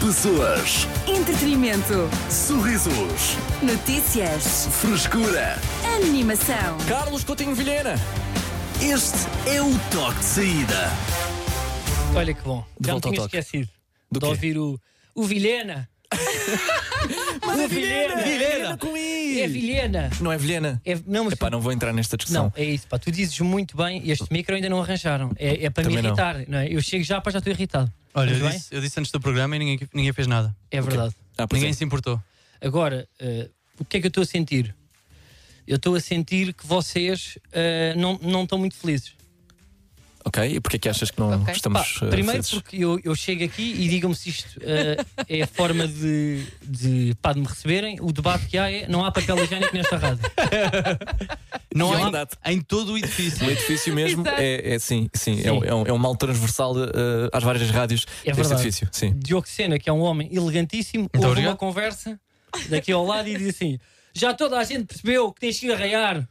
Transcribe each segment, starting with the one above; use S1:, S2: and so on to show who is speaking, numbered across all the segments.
S1: Pessoas,
S2: Entretenimento.
S1: sorrisos,
S2: Notícias.
S1: frescura.
S2: Animação.
S3: Carlos Coutinho Vilhena.
S1: Este é o toque de saída.
S4: Olha que bom.
S3: De
S4: Já me
S3: volta ao
S4: tinha
S3: toque.
S4: esquecido
S3: Do
S4: de
S3: quê?
S4: ouvir o, o Vilhena. Mas o Vilhena.
S3: é Vilhena com I.
S4: É Vilhena.
S3: Não é Vilhena?
S4: É, não, mas-
S3: Epá, não vou entrar nesta discussão.
S4: não, é isso. Pá. Tu dizes muito bem e este micro ainda não arranjaram. É, é para
S3: Também
S4: me
S3: não.
S4: irritar. Não. é? Eu chego já, pá, já estou irritado.
S5: Olha,
S4: Mas
S5: eu
S4: bem?
S5: disse, eu disse antes do programa e ninguém, ninguém fez nada.
S4: É verdade.
S3: Ah, pois
S5: ninguém
S3: é.
S5: se importou.
S4: Agora, eh, o que é que eu estou a sentir? Eu estou a sentir que vocês eh, não, não estão muito felizes.
S3: Ok, e porquê é que achas que não
S6: Ok.
S4: Pá,
S3: estamos. eh,
S4: primeiro
S3: felizes?
S4: porque eu, eu chego aqui e digam-me se isto eh, é a forma de, de, pá, de me receberem. O debate que há é não há papel higiênico nesta rádio.
S5: Não
S3: é
S5: há
S3: verdade.
S5: em todo o edifício.
S3: O edifício mesmo
S6: Exato.
S3: é, é- sim, sim,
S4: Sim.
S3: É, um, é um- é um mal transversal eh, às várias rádios
S4: É
S3: deste
S4: verdade.
S3: edifício. Sim.
S4: Diogo Sena, que é um homem elegantíssimo, houve
S5: obrigado.
S4: uma conversa daqui ao lado e diz assim: Já toda a gente percebeu que tens que arraiar.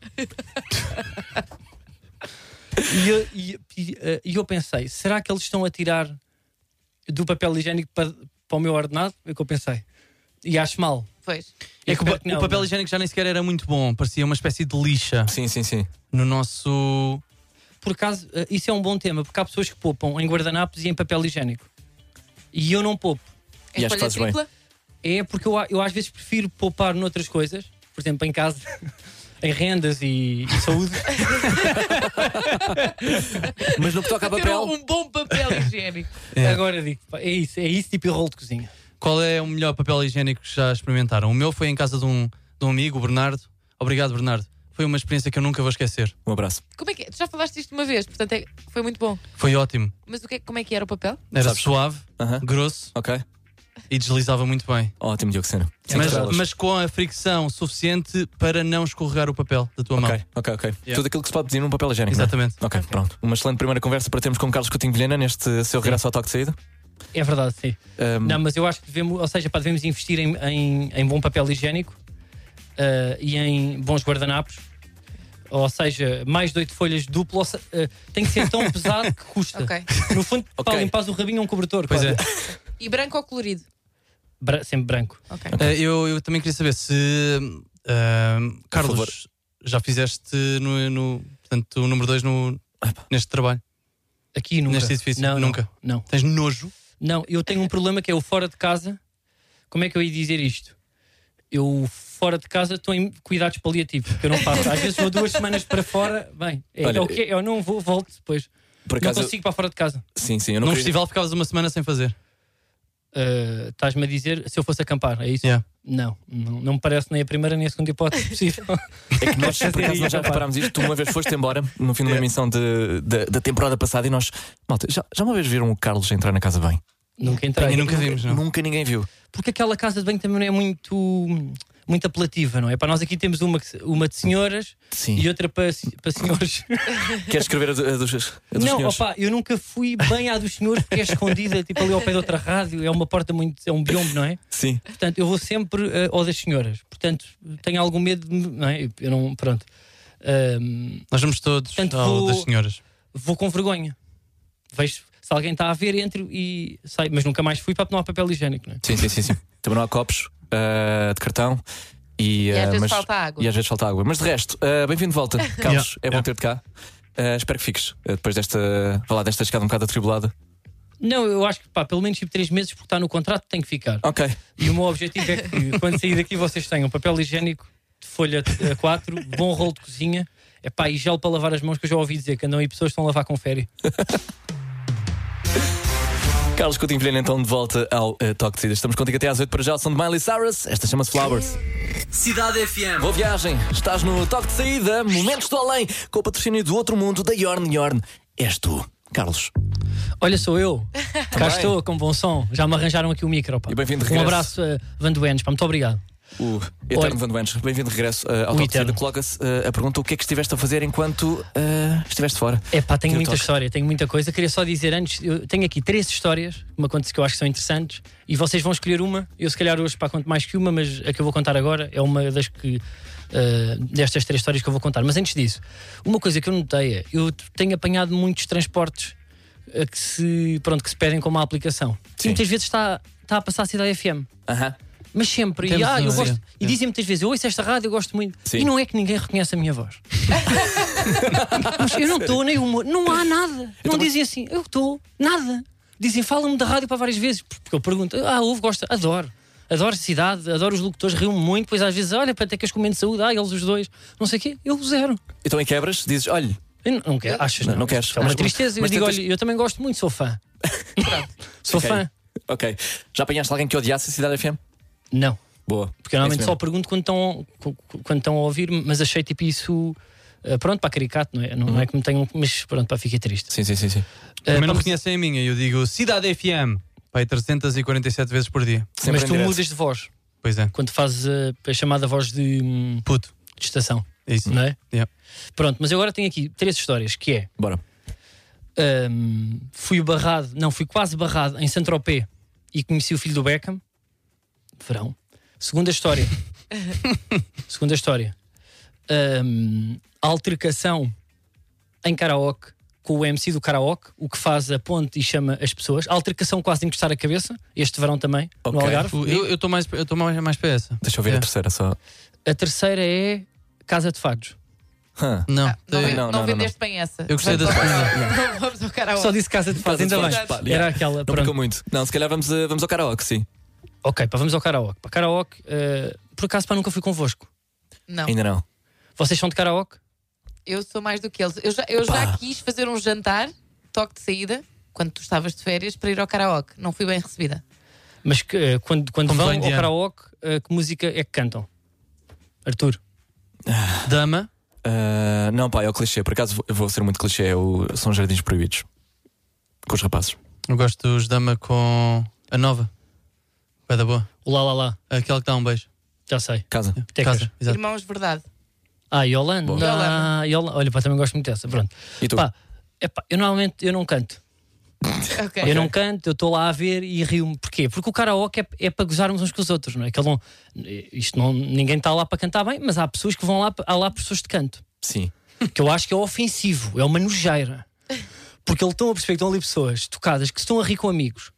S4: e, eu, e- e, eh, e eu pensei: será que eles estão a tirar do papel higiênico para, para o meu ordenado? É o que eu pensei. E acho mal.
S6: Pois.
S4: Eu
S5: É que o, pa-
S4: espero que não,
S5: o papel
S4: mas-
S5: higiênico já nem sequer era muito bom, parecia uma espécie de lixa
S3: Sim, sim, sim.
S5: no nosso.
S4: Por acaso, eh, isso é um bom tema, porque há pessoas que poupam em guardanapos e em papel higiênico. E eu não poupo.
S3: E acho que fazes bem.
S4: É porque eu, a- eu às vezes prefiro poupar noutras coisas, por exemplo, em casa, em rendas e, e saúde.
S3: Mas no que toca a papel.
S6: um bom papel higiênico.
S5: É.
S4: Agora digo, pá, é isso, é isso tipo rolo de cozinha.
S5: Qual é o melhor papel higiênico que já experimentaram? O meu foi em casa de um, de um amigo, o Bernardo. Obrigado, Bernardo. Foi uma experiência que eu nunca vou esquecer.
S3: Um abraço.
S6: Como é que é? Tu já falaste isto uma vez, portanto é- foi muito bom.
S5: Foi ótimo.
S6: Mas o que é- como é que era o papel?
S5: Era
S3: Sabes-
S5: suave,
S3: Aham.
S5: grosso
S3: Ok.
S5: e deslizava muito bem.
S3: Ótimo, Diogo Sena. Cinco
S5: Mas,
S3: estrelas.
S5: mas com a fricção suficiente para não escorregar o papel da tua mão.
S3: Ok, ok, ok. Tudo aquilo que se pode pedir num papel higiênico. não é?
S5: Exatamente.
S3: Ok, pronto. Uma excelente primeira conversa para termos com Carlos Coutinho Vilhena neste seu regresso ao toque de saída.
S4: É verdade, sim.
S5: Hum.
S3: Ahm,
S4: Não, mas eu acho que devemos, ou seja, pá, devemos investir em, em, em bom papel higiênico ah, e em bons guardanapos. Ou seja, mais de oito folhas duplo ou se- ah, tem que ser tão pesado que custa.
S6: Ok.
S4: No fundo, para
S3: Ok.
S4: limpar o rabinho é um cobertor.
S5: Pois
S4: quase.
S5: é.
S6: E branco ou colorido?
S4: Bra- sempre branco.
S6: Ok.
S5: Eh, eu, eu também queria saber se. ehm,
S3: favor.
S5: Carlos, já fizeste no, no, portanto, o número 2
S3: ah,
S5: neste trabalho?
S4: Aqui nunca.
S5: Neste edifício,
S4: não, não,
S5: nunca.
S4: Não,
S5: Tens nojo?
S4: não. Eu tenho um problema que é o fora de casa. Como é que eu ia dizer isto? Eu fora de casa estou em cuidados paliativos, que eu não faço. Às vezes vou duas semanas para fora, bem, é,
S3: Olha,
S4: é o que é, eu não vou, volto depois.
S3: por
S4: Não
S3: acaso.
S4: consigo para fora de casa.
S3: Sim, sim. Eu não
S5: Num
S3: queria-
S5: festival ficavas uma semana sem fazer.
S4: Ah, Estás-me a dizer se eu fosse acampar, é isso?
S5: Yeah.
S4: Não, não, não me parece nem a primeira nem a segunda hipótese possível.
S3: É que nós, por acaso, nós já
S4: Rapaz.
S3: reparámos isto. Tu uma vez foste embora no fim de uma emissão de- da- da temporada passada e nós. Malta, já, já uma vez viram o Carlos entrar na casa bem?
S4: nunca entrei.
S5: E nunca vimos, não?
S3: Nunca ninguém viu.
S4: Porque aquela casa de banho também não é muito, muito apelativa, não é? Para nós aqui temos uma, que- uma de senhoras
S3: Sim.
S4: e outra para, se- para senhores.
S3: Queres escrever a, do- a dos, a É dos
S4: não,
S3: senhores?
S4: opá, eu nunca fui bem à dos senhores porque é escondida, tipo ali ao pé de outra rádio, é uma porta muito. é um biombo, não é?
S3: Sim.
S4: Portanto, eu vou sempre eh, ao das senhoras. Portanto, tenho algum medo de. me- Não é? Eu não. Pronto. Ahm,
S5: Nós vamos todos
S4: Portanto,
S5: ao
S4: vou-
S5: das senhoras.
S4: vou com vergonha. Vejo se alguém está a ver, entro e saio. Mas nunca mais fui para não há papel higiênico, não é?
S3: Sim, sim, sim, sim. Também não há copos ah, de cartão. E,
S6: E às
S3: ah,
S6: vezes
S3: mas-
S6: falta água.
S3: E às vezes falta água. Mas de resto, ah, bem-vindo de volta, Carlos. É bom
S5: yeah.
S3: ter-te cá. Ah, espero que fiques. ah, depois desta, vá lá, desta chegada um bocado atribulada.
S4: Não, eu acho que pá, pelo menos tipo 3 meses, porque está no contrato, tem que ficar.
S3: Ok.
S4: E o meu objetivo é que quando sair daqui vocês tenham um papel higiênico de folha 4, bom rolo de cozinha. É pá, e gel para lavar as mãos, que eu já ouvi dizer que andam aí pessoas que estão a lavar com fério.
S3: Carlos Coutinho Vilhena, então, de volta ao ah, Toque de Saída. Estamos contigo até às 8 para já. São de Miley Cyrus. Esta chama-se Flowers.
S1: Cidade FM.
S3: Boa viagem. Estás no Toque de Saída. Momentos do Além. Com o patrocínio do Outro Mundo, da Yorn Yorn. És tu, Carlos.
S4: Olha, sou eu. Cá
S3: Também.
S4: estou, com bom som. Já me arranjaram aqui o micro. Pá.
S3: Tá E bem-vindo de
S4: Um
S3: regresso.
S4: abraço a Van Duenes, pá, muito obrigado.
S3: O Eterno
S4: Olha-
S3: Van Duenes, bem-vindo de regresso eh, ao Toque
S4: O
S3: de Saída.
S4: Eterno.
S3: Coloca-se eh, a pergunta: o que é que estiveste a fazer enquanto eh, estiveste fora?
S4: É pá, tenho
S3: Teu
S4: muita
S3: toque.
S4: história, tenho muita coisa. Queria só dizer antes, eu tenho aqui três histórias que me aconteceu que eu acho que são interessantes e vocês vão escolher uma. Eu, se calhar, hoje para conto mais que uma, mas a que eu vou contar agora é uma das que. ah, destas três histórias que eu vou contar. Mas antes disso, uma coisa que eu notei é eu tenho apanhado muitos transportes eh, que se, pronto, que se pedem como uma aplicação.
S3: Sim.
S4: Muitas vezes está, está a passar a cidade FM.
S3: Aham.
S4: Mas sempre.
S5: Temos
S4: e ah, eu
S5: uma-
S4: gosto.
S5: Sim.
S4: E dizem muitas vezes, eu ouço esta rádio, eu gosto muito.
S3: um É. Sim.
S4: E não é que ninguém reconhece a minha voz. Mas eu não estou nem humor. Não há nada. Não dizem assim, eu estou, nada. Dizem, falam-me da rádio para várias vezes. Porque eu pergunto, ah, ouve, gosta, adoro. Adoro a cidade, adoro os locutores, rio-me muito. Pois às vezes, olha, para até que eu comendo saúde, ah, eles os dois, não sei o quê, eu zero.
S3: Então em quebras, dizes, olha,
S4: Eu não, não quero, achas?
S3: Não, não queres.
S4: É uma
S3: Mas-
S4: tristeza.
S3: mas
S4: eu digo,
S3: tentas-
S4: olha, eu também gosto muito, sou fã. sou
S3: Ok.
S4: fã.
S3: ok. Já apanhaste alguém que odiasse a Cidade FM?
S4: Não.
S3: Boa.
S4: Porque
S3: É
S4: eu normalmente
S3: isso
S4: só
S3: mesmo.
S4: pergunto quando estão, cu- cu- quando estão a ouvir, mas achei tipo isso. eh, Pronto, para caricato, não é? Não é que me tenham. Mas pronto, para fiquei triste.
S3: Uhum. Sim, sim, sim. sim.
S4: Eh,
S5: Também não
S4: vamos-
S5: reconhecem a minha, eu digo Cidade FM. Pai, 347 vezes por dia.
S3: Sempre
S4: mas
S3: em
S4: tu
S3: direto.
S4: mudas de voz
S5: Pois é.
S4: quando fazes eh, a, chamada voz de, hum,
S5: Puto.
S4: de estação,
S5: É isso.
S4: não é?
S5: Yeah.
S4: Pronto, mas eu agora tenho aqui três histórias: que é
S3: Bora.
S4: hum, fui barrado, não, fui quase barrado em Saint-Tropez e conheci o filho do Beckham. Verão. Segunda história. Segunda história. Hum, altercação em karaoke com o MC do karaoke, o que faz a ponte e chama as pessoas. Altercação quase de encostar a cabeça, este verão também, no
S3: Ok.
S4: Algarve.
S5: O- Tipo, Eu estou mais, eu tô mais, mais para essa.
S3: Deixa eu ver
S5: É.
S3: a terceira só.
S4: A terceira é Casa de Fados.
S3: Hã.
S5: Não,
S6: Ah, Não,
S5: eu-
S6: não,
S3: não, não, não.
S6: vendeste bem essa.
S5: eu gostei da
S6: Vamos ao
S5: segunda.
S6: karaoke. Não vamos ao karaoke.
S4: Só disse Casa de Fados, é ainda bem.
S6: Fados, pá,
S4: Era aquela.
S3: Não
S4: pronto.
S3: percam muito. Não, se calhar vamos, eh, vamos ao karaoke, sim.
S4: Ok, pá, vamos ao karaoke. Para karaoke, eh, por acaso pá, nunca fui convosco.
S6: Não,
S3: Ainda não.
S4: Vocês são de karaoke?
S6: eu sou mais do que eles. Eu já, eu já quis fazer um jantar, toque de saída, quando tu estavas de férias, para ir ao karaoke. Não fui bem recebida.
S4: Mas que, eh, quando, quando
S5: Como
S4: vão
S5: bem
S4: ao
S5: indiano.
S4: karaoke, eh, que música é que cantam? Arthur,
S5: Dama.
S3: Ah, não, pá, é o clichê. Por acaso vou- vou ser muito clichê. É o... São jardins proibidos. Com os rapazes.
S5: Eu gosto dos Dama com a nova. Vai da boa.
S4: o Lá Lá Lá,
S5: Aquela que dá um beijo.
S4: já sei.
S3: Casa.
S4: Tecas.
S5: Casa. Exato.
S6: Irmãos, verdade.
S4: Ah, Yolanda.
S6: Boa.
S4: Ah, Yolanda. Olha, pá, também gosto muito dessa. Pronto.
S3: E tu?
S4: Pá, epá, eu normalmente eu não canto.
S6: Ok.
S4: Eu não canto, eu estou lá a ver e rio-me. Porquê? Porque o karaoke é, é para gozarmos uns com os outros, não é? Que ele não, isto não, ninguém está lá para cantar bem, mas há pessoas que vão lá, há lá pessoas de canto.
S3: Sim.
S4: que eu acho que é ofensivo, é uma nojeira. Porque eles estão a perceber que estão ali pessoas tocadas que estão a rir com amigos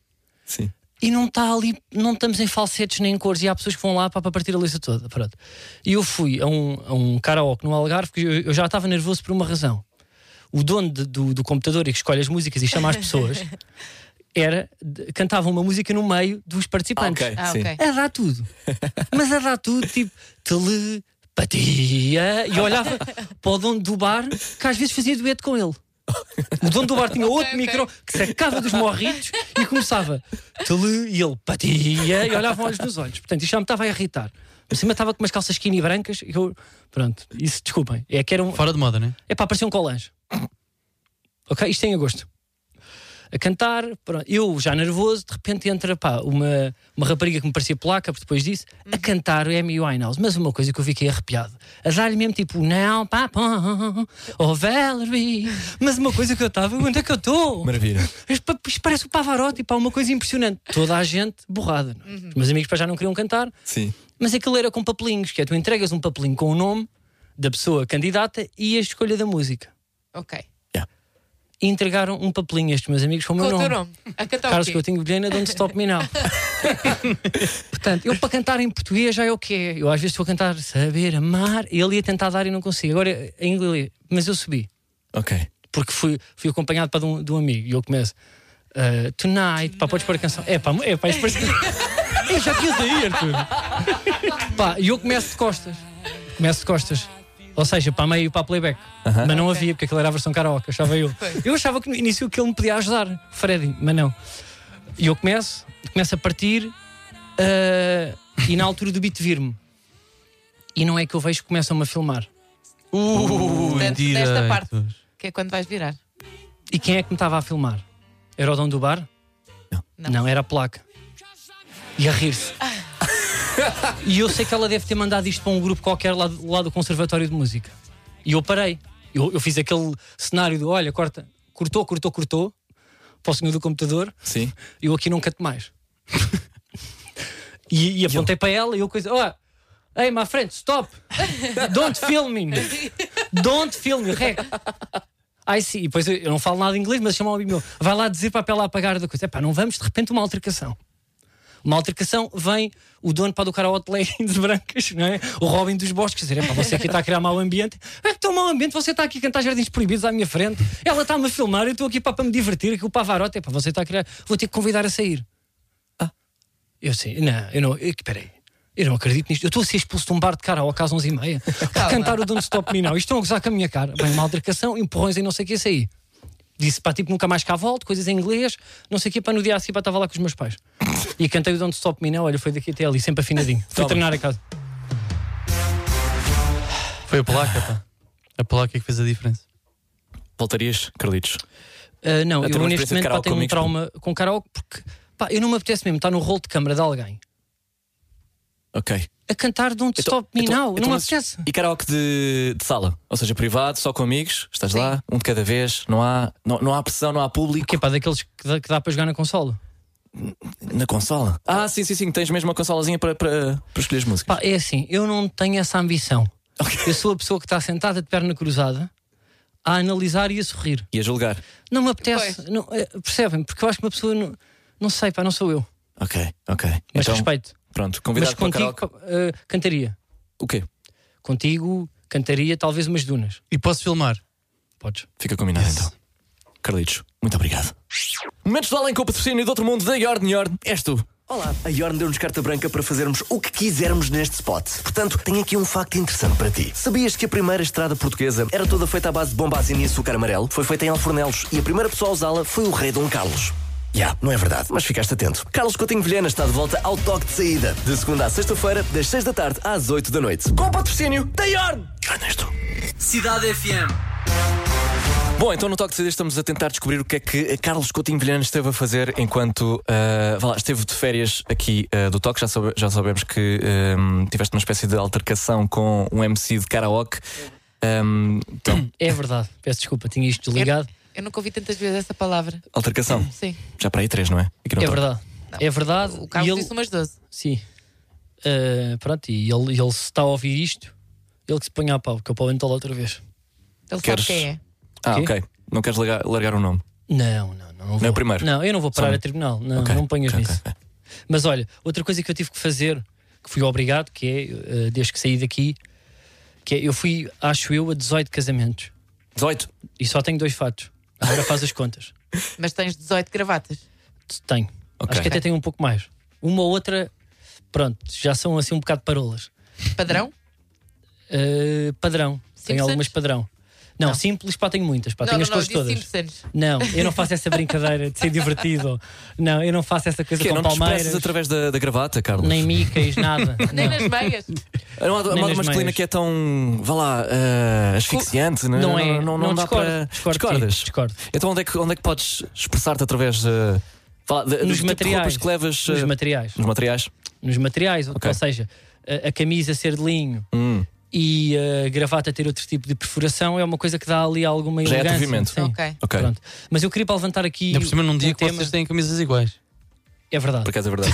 S3: Sim.
S4: e não está ali, não estamos em falsetes nem em cores e há pessoas que vão lá para, para partir a lista toda. Pronto. E eu fui a um, a um karaoke no Algarve porque eu, eu já estava nervoso por uma razão. O dono de- do, do computador e que escolhe as músicas e chama as pessoas era de- cantava uma música no meio dos participantes
S3: Ok.
S6: Ah,
S3: sim.
S6: ok.
S4: a dar É tudo. Mas a dar tudo, tipo, telepatia. E olhava para o dono do bar, que às vezes fazia dueto com ele. O dono do bar tinha outro
S6: ok.
S4: micro que sacava dos morritos e começava tele e ele patia e olhavam olhos nos olhos. Portanto, isto já me estava a irritar. Por cima estava com umas calças skinny brancas e eu. Pronto, isso, desculpem. É que era um.
S5: Fora de moda, né?
S4: É pá, parecia um colange. Ok? Isto é em agosto. A cantar, pronto. eu já nervoso, de repente entra pá, uma, uma rapariga que me parecia placa, porque depois disso, a cantar o Amy Winehouse. Mas uma coisa que eu fiquei arrepiado, a dar-lhe mesmo tipo, não, pá, pão, oh Valerie. Mas uma coisa que eu estava, onde é que eu estou?
S3: Maravilha.
S4: Isto pa- isto parece o Pavarotti, pá, uma coisa impressionante. Toda a gente borrada. não é? Os meus amigos para já não queriam cantar,
S3: Sim.
S4: mas aquilo era com papelinhos, que é tu entregas um papelinho com o nome da pessoa candidata e a escolha da música.
S6: Ok.
S4: E entregaram um papelinho a estes meus amigos com o
S6: Com
S4: meu
S6: o teu
S4: nome.
S6: nome. Tá A cantar o
S4: Carlos
S6: quê?
S4: Coutinho Vilhena, Don't Stop Me Now. Portanto, eu para cantar em português já é o que é. Eu às vezes estou a cantar Saber Amar e ele ia tentar dar e não consigo. Agora em inglês, mas eu subi
S3: Ok.
S4: porque fui, fui acompanhado para de, um, de um amigo e eu começo ah, Tonight, pá, podes pôr a canção. É pá, é pá, isto parece. eu já tinha daí, Arthur. pá, e eu começo de costas. Começo de costas. Ou seja, para meio e para playback. Mas não havia, porque aquilo era a versão karaoke, achava eu. Eu achava que no início que ele me podia ajudar, Freddy, mas não. E eu começo, começo a partir ah, e na altura do beat vir-me. E não é que eu vejo que começam-me a filmar.
S5: Uh,
S6: Desta- desta parte.
S5: direitos.
S6: Que é quando vais virar.
S4: E quem é que me estava a filmar? Era o dono do bar?
S6: Não.
S4: Não, era a placa. E a rir-se. e eu sei que ela deve ter mandado isto para um grupo qualquer lá, do- lá do Conservatório de Música. E eu parei. Eu, eu fiz aquele cenário do olha, corta, cortou, cortou, cortou, para o senhor do computador,
S3: Sim.
S4: eu aqui não canto mais. e, e apontei para ela e eu coisa, ó, ei, my friend, stop! Don't film me! Don't film me, rec! Ai sim, e depois eu, eu não falo nada em inglês, mas chama o amigo meu. Vai lá dizer para ela apagar da coisa. Epá, não vamos de repente uma altercação. Uma altercação vem o dono para do karaoke de leggings brancas, não é? O Robin dos Bosques, dizer, epá, você aqui está a criar mau ambiente. É tão mau ambiente, você está aqui a cantar jardins proibidos à minha frente. Ela está-me a filmar, eu estou aqui pá, para me divertir, aqui o Pavarotti, epá, você está a criar. Vou ter que convidar a sair. Ah, eu sei, não, eu não, eu, peraí. Eu não acredito nisto. Eu estou a ser expulso de um bar de karaoke às 11h30
S3: Tá
S4: por cantar o Don't Stop Me Now. Isto estão a gozar com a minha cara. Bem, uma altercação, empurrões e não sei o que, isso aí. Disse pá, tipo, nunca mais cá volto, coisas em inglês, não sei o que, para no dia a seguir pá, estava lá com os meus pais. E cantei o Don't Stop Me Now, olha, foi daqui até ali, sempre afinadinho. Fui
S3: Toma.
S4: treinar a casa.
S5: Foi a placa, pá. A placa é que fez a diferença.
S3: Voltarias, Carlitos?
S4: Ah, não,
S3: Eu
S4: eu,
S3: tenho uma experiência de karaoke
S4: neste momento pá, tenho
S3: com
S4: um
S3: amigos,
S4: trauma com karaoke porque pá, eu não me apetece mesmo estar no rolo de câmara de alguém
S3: Ok.
S4: a cantar Don't
S3: Então-
S4: Stop Me
S3: então-
S4: Now.
S3: então,
S4: não me
S3: mas-
S4: apetece.
S3: E karaoke de, de sala? Ou seja, privado, só com amigos? Estás lá, um de cada vez, não há, não, não há pressão, não há público.
S4: Que é pá, daqueles que dá, que dá para jogar na consola.
S3: Na consola? Ah, sim, sim, sim. Tens mesmo uma consolazinha para, para, para escolher as músicas.
S4: Pá, é assim, eu não tenho essa ambição. Eu sou a pessoa que está sentada de perna cruzada a analisar e a sorrir.
S3: E a julgar.
S4: Não me apetece. não- eh, percebem? Porque eu acho que uma pessoa. Não, não sei, pá, não sou eu.
S3: Ok, ok.
S4: Mas
S3: então,
S4: respeito.
S3: pronto,
S4: Mas
S3: convidado para
S4: contigo,
S3: karaoke.
S4: eh, cantaria.
S3: O quê?
S4: Contigo, cantaria talvez umas dunas.
S5: E posso filmar?
S4: Podes.
S3: Fica combinado então. Carlitos, muito obrigado. Momentos do Além com o patrocínio do outro mundo da Yorn Yorn. És tu.
S1: Olá, a Yorn deu-nos carta branca para fazermos o que quisermos neste spot. Portanto, tenho aqui um facto interessante para ti. Sabias que a primeira estrada portuguesa era toda feita à base de bombazina e açúcar amarelo? Foi feita em Alfornelos e a primeira pessoa a usá-la foi o rei Dom Carlos. Já, não é verdade, mas ficaste atento. Carlos Coutinho Vilhena está de volta ao toque de saída. De segunda à sexta-feira, das seis da tarde às oito da noite. Com o patrocínio da Yorn. Ernesto. Cidade FM.
S3: Bom, então no Toque de Saída estamos a tentar descobrir o que é que Carlos Coutinho Vilhena esteve a fazer enquanto ah, vá lá, esteve de férias aqui ah, do Toque. Já, soube- já sabemos que ah, tiveste uma espécie de altercação com um MC de karaoke. Ah, então,
S4: É verdade. Peço desculpa, tinha isto desligado.
S6: Eu nunca ouvi tantas vezes essa palavra.
S3: altercação.
S6: Sim.
S3: Já para aí três, não é? Aqui no
S4: É
S3: Toque.
S4: verdade. É verdade.
S6: O
S4: e
S6: Carlos
S4: ele-
S6: disse umas 12.
S4: Sim. Eh, pronto, e ele, ele se está a ouvir isto, ele que se ponha a pau, que eu para o entolo outra vez.
S6: Ele
S3: Queres-
S6: sabe quem é.
S3: Ah,
S4: Quê?
S3: ok. Não queres largar, largar o nome?
S4: Não, não, não. Não, vou.
S3: é o primeiro?
S4: Não, eu não vou parar
S3: Só um.
S4: a tribunal. Não,
S3: Ok,
S4: não me ponhas
S3: ok,
S4: nisso.
S3: ok.
S4: Mas olha, outra coisa que eu tive que fazer, que fui obrigado, que é, eh, desde que saí daqui, que é, eu fui, acho eu, a 18 casamentos.
S3: 18.
S4: E só tenho dois fatos. Agora faz as contas.
S6: Mas tens 18 gravatas.
S4: Tenho.
S3: Ok.
S4: Acho que até tenho um pouco mais. Uma ou outra, pronto, já são assim um bocado parolas.
S6: Padrão?
S4: Uh, padrão. tem
S6: Simpsons?
S4: algumas padrão. Não, simples, pá, tenho muitas, pá,
S6: não,
S4: tenho
S6: não,
S4: as
S6: não,
S4: cores
S6: disse
S4: todas.
S6: Simpsons.
S4: Não, eu não faço essa brincadeira de ser divertido. Não, eu não faço essa coisa
S3: Quê? é,
S4: com
S3: Não te expressas
S4: palmeiras,
S3: através da, da gravata, Carlos?
S4: nem micas, nada.
S6: Nem
S4: Não.
S6: nas meias.
S3: Não há, não há
S4: nas
S3: uma masculina
S4: meias.
S3: que é tão, vá lá, ah, asfixiante, né?
S4: Não é.
S3: Não, não,
S4: Não,
S3: dá
S4: discordo,
S3: para.
S4: discordo de ti,
S3: Discordas?
S4: discordo.
S3: Então onde é que, onde é que podes expressar-te através ah, vá lá, de, do
S4: Nos
S3: tipo de roupas
S4: materiais.
S3: que levas?
S4: Nos
S3: ah,
S4: materiais.
S3: nos materiais?
S4: Nos materiais, ou-
S3: Ok.
S4: ou seja, a, a camisa ser de linho
S3: Hum,
S4: e a gravata ter outro tipo de perfuração é uma coisa que dá ali alguma
S3: Já é
S4: elegância.
S3: atrevimento.
S4: Sim.
S6: ok.
S3: ok.
S4: Pronto. Mas eu queria para levantar aqui.
S5: Ainda por cima, num
S4: um
S5: dia que
S4: tema.
S5: vocês têm camisas iguais.
S4: É verdade.
S3: Por acaso é verdade.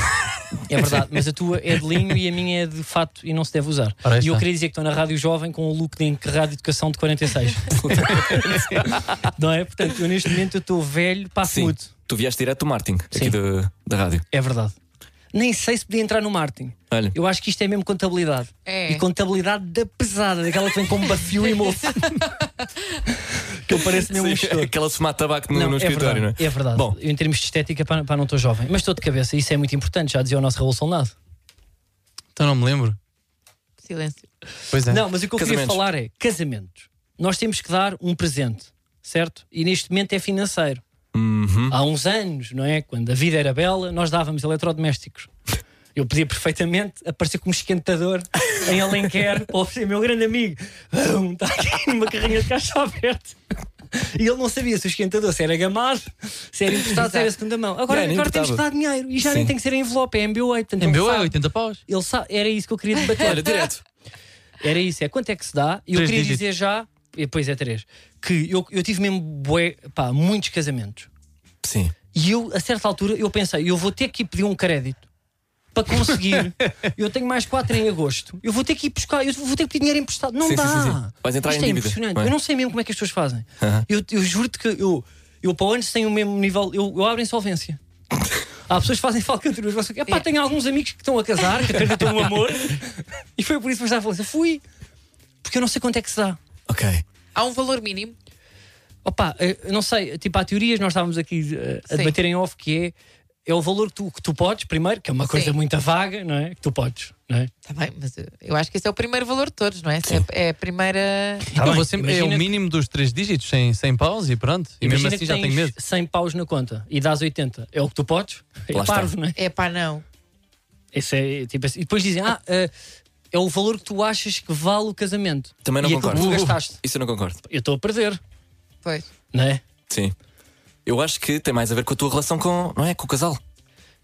S4: É verdade, mas a tua é de linho e a minha é de fato e não se deve usar.
S5: Ora aí
S4: e eu
S5: está.
S4: queria dizer que estou na Rádio Jovem com o look de encarregado de educação de 46. não é? Portanto, eu neste momento eu estou velho, passo
S3: Sim.
S4: muito.
S3: tu vieste direto do Martin, aqui
S4: Sim.
S3: da, da rádio.
S4: É verdade. Nem sei se podia entrar no Martin.
S3: Olha.
S4: Eu acho que isto é mesmo contabilidade.
S6: É.
S4: E contabilidade da pesada, daquela que vem com bafio e mofo. que eu pareço mesmo um
S3: Sim,
S4: gestor.
S3: aquela se mata tabaco no,
S4: Não,
S3: no
S4: é verdade,
S3: escritório, não é?
S4: é verdade.
S3: Bom.
S4: Eu, em termos de estética, para, para não estou jovem. Mas estou de cabeça, isso é muito importante, já dizia o nosso Raul Solnado.
S5: Então não me lembro.
S6: Silêncio.
S5: Pois é.
S4: Não, mas o que eu queria
S3: Casamentos.
S4: falar é casamentos. Nós temos que dar um presente, certo? E neste momento é financeiro. Há uns anos, não é? Quando a vida era bela, nós dávamos eletrodomésticos. Eu podia perfeitamente aparecer como esquentador em Alenquer para oferecer meu grande amigo. Bum, Está aqui numa carrinha de caixa aberta. E ele não sabia se o esquentador se era gamado, se era emprestado, se era segunda mão. Agora,
S3: É, nem
S4: agora temos que
S3: importava.
S4: dar dinheiro e já nem
S3: Sim.
S4: tem que ser em envelope, é MBA. Portanto,
S5: Em
S4: ele
S5: meu é
S4: sabe-
S5: 80 paus.
S4: Ele sabe, era isso que eu queria debater.
S3: Olha, direto.
S4: Era isso, é quanto é que se dá? E eu
S5: Três
S4: queria
S5: dígitos.
S4: dizer já, e depois é três, que eu, eu tive mesmo bué, pá, muitos casamentos.
S3: Sim.
S4: E eu, a certa altura, eu pensei, eu vou ter que ir pedir um crédito para conseguir. eu tenho mais quatro em agosto. Eu vou ter que ir buscar, eu vou ter que pedir dinheiro emprestado. Não
S3: Sim,
S4: dá.
S3: sim, sim, sim. Vais entrar
S4: Isto
S3: em
S4: é
S3: dívida,
S4: impressionante.
S3: não é?
S4: Eu não sei mesmo como é que as pessoas fazem.
S3: Aham.
S4: Eu, eu juro-te que eu, eu para o ano tenho o mesmo nível. Eu, eu abro insolvência. Há pessoas que fazem falcatruas. mas eu- Epá, tenho alguns amigos que estão a casar, que acreditam no amor. E foi por isso que eu estava a falar assim, Fui, porque eu não sei quanto é que se dá.
S3: Ok.
S6: Há um valor mínimo.
S4: Opa, eh, eu não sei, tipo, há teorias, nós estávamos aqui eh, a
S6: Sim.
S4: debater em off, que é, é o valor que tu, que tu podes, primeiro, que é uma coisa
S6: Sim.
S4: muito vaga, não é? Que tu podes, não é?
S6: Está Tá bem, mas eu- eu acho que esse é o primeiro valor de todos, não é? Essa É, é a primeira.
S5: Eu
S4: bem,
S5: vou sempre- é o
S4: imagina que-
S5: mínimo dos três dígitos, sem, sem paus e pronto. E
S4: Imagina
S5: mesmo assim
S4: que
S5: já tenho
S4: tens
S5: medo.
S4: 100 paus na conta e dás 80, é o que tu podes?
S3: Lá
S4: É
S3: está.
S4: parvo, não é?
S6: É pá, não.
S4: Esse é tipo assim. E depois dizem, ah, eh, é o valor que tu achas que vale o casamento.
S3: Também não
S4: e
S3: concordo.
S4: É que tu gastaste.
S3: Isso eu não concordo.
S4: Eu estou a perder,
S6: Pois.
S4: não é?
S3: Sim. Eu acho que tem mais a ver com a tua relação com, não é? com o casal.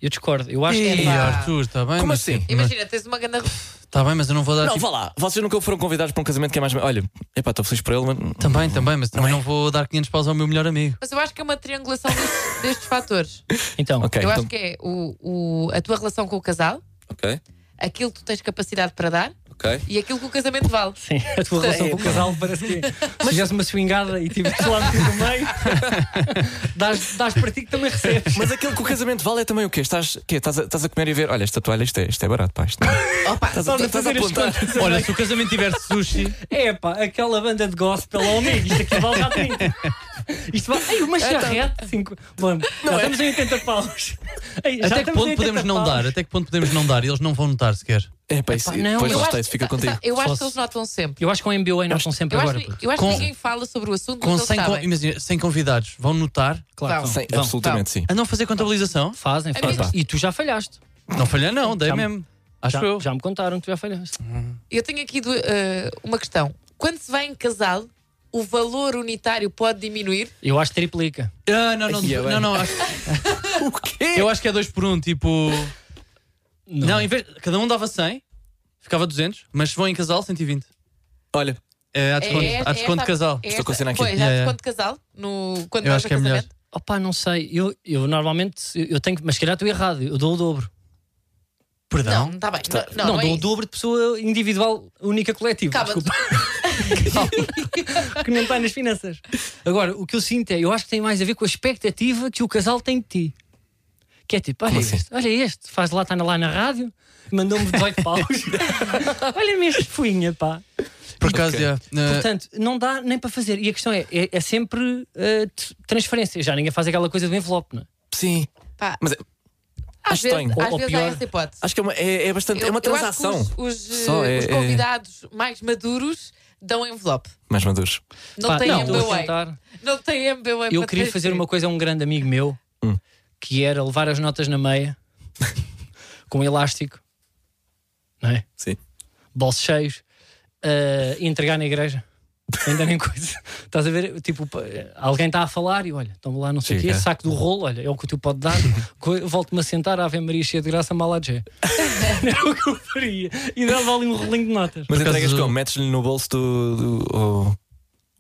S4: Eu discordo. Eu acho que
S5: Ih,
S4: é pá,
S5: Arthur, está bem?
S3: Como
S5: mas,
S3: assim?
S6: Imagina, tens uma grande.
S5: Está bem, mas eu não vou dar.
S3: Não,
S5: tipo-
S3: vá lá. Vocês nunca foram convidados para um casamento que é mais. Olha, epá, estou feliz por ele, mas. hum,
S5: Também, também, mas também não vou dar 500 paus ao meu melhor amigo.
S6: Mas eu acho que é uma triangulação destes, destes fatores.
S4: Então,
S3: Ok.
S6: eu
S3: então-
S6: acho que é o, o- a tua relação com o casal,
S3: Ok,
S6: aquilo que tu tens capacidade para dar
S3: ok.
S6: e aquilo que o casamento vale.
S4: sim, a tua relação com o casal parece que se fizesse uma swingada e tivesse lá metido no meio, dás, dás para ti que também recebes.
S3: Mas aquilo que o casamento vale é também o quê? Estás, quê? estás, a, estás a comer e a ver. Olha, esta toalha, isto é, isto é barato, pá. Isto não-
S6: Opa,
S3: Estás a,
S4: a
S3: estás a
S4: fazer as
S3: apontar.
S5: Olha, se o casamento tiver sushi,
S4: É pá, aquela banda de gospel, oh, amigo, isto aqui vale já 30. Isto vale. Ei,
S6: Então-
S4: uma charrete! Cinco... Bom,
S6: é-
S4: já estamos em 80 paus. Ei, já
S5: até
S4: estamos
S5: que
S4: em
S5: ponto
S4: 80
S5: podemos não
S4: paus.
S5: dar? Até que ponto podemos não dar? E eles não vão notar sequer.
S3: Epá, É, isso,
S4: não,
S3: depois
S4: eu
S3: lá
S6: acho-
S3: está, isso fica contigo.
S6: Eu
S5: Só
S6: acho
S5: se-
S6: que eles notam sempre.
S4: Eu acho que o MBA não são sempre
S6: Eu acho,
S4: agora.
S6: eu acho
S5: Com-
S6: que ninguém fala sobre o assunto,
S5: Com
S6: mas eles
S5: 100, con-
S6: sabem.
S5: imagina, 100 convidados, vão notar.
S4: Claro,
S6: Vão.
S3: Sim,
S4: vão.
S3: absolutamente, sim.
S5: A não fazer contabilização?
S4: Fazem, fazem.
S6: Epá.
S4: E tu já falhaste.
S5: Não falha, não, dei
S4: Já-
S5: mesmo. Acho
S4: já,
S5: eu.
S4: já me contaram que tu já falhaste.
S6: Eu tenho aqui du- eh, uma questão. Quando se vai em casal, o valor unitário pode diminuir?
S4: Eu acho que triplica.
S5: Ah, não, não,
S3: Ai, é bem.
S5: não, não, acho-
S3: O quê?
S5: eu acho que é dois por um, tipo. Não, em vez, cada um dava 100, ficava 200, mas se vão em casal, 120.
S3: Olha,
S5: É, há desconto,
S6: É- é
S5: há desconto
S6: esta-
S5: de casal.
S6: é
S3: Estou
S6: esta-
S3: com a cena aqui.
S6: Pois,
S5: Yeah,
S6: há
S5: yeah.
S6: desconto de casal no, quando
S5: Eu
S6: vais
S5: acho
S6: ao
S5: que é melhor.
S6: casamento?
S4: Opá, não sei. Eu, eu normalmente eu eu tenho que. Mas se calhar estou errado. Eu dou o dobro.
S5: Perdão?
S6: Não, não está bem.
S3: Tá.
S6: Não,
S4: Não,
S6: não, é
S4: dou o
S6: isso.
S4: dobro de pessoa individual, única coletiva.
S6: Calma.
S4: Desculpa. que não está nas finanças. Agora, o que eu sinto é, eu acho que tem mais a ver com a expectativa que o casal tem de ti. Que é tipo, olha
S3: Como
S4: este,
S3: assim?
S4: olha este, faz lá, está lá na rádio, mandou-me 18 paus. Olha-me este fuinha, pá.
S5: Por acaso,
S3: Ok.
S5: é, eh,
S4: Portanto, não dá nem para fazer. E a questão é, é, é sempre eh, t- transferência. Já ninguém faz aquela coisa do envelope, não é?
S3: sim.
S6: Pá,
S3: Mas é-
S6: às
S3: acho
S6: vezes,
S3: estranho.
S6: às
S4: Ou- ou
S6: vezes há
S4: pior,
S6: essa hipótese.
S3: acho que é uma, é, é bastante. é uma
S6: Eu- eu acho que
S3: transação.
S6: os, os, eh,
S3: Só é-
S6: os
S3: é-
S6: convidados mais maduros dão envelope.
S3: Mais maduros.
S6: Não
S4: Pá,
S6: tem
S4: não, estou a
S6: MBA.
S4: tentar.
S6: Não tem MBA.
S4: Eu queria
S6: para
S4: fazer
S6: transferir.
S4: uma coisa a um grande amigo meu que era levar as notas na meia com elástico, não é?
S3: Sim.
S4: bolsos cheios eh, e entregar na igreja. Ainda nem coisa. Estás a ver? Tipo, pa- alguém está a falar e olha, estão lá, não sei o quê,
S3: Chega.
S4: saco do rolo, olha, é o que tu pode dar. Co- Volto-me a sentar, Ave Maria cheia de graça, malagé. Era o que eu faria. E dava ali um rolinho de notas.
S3: Mas
S5: Por acaso-
S3: entregas como? Metes-lhe no bolso do. do- ou-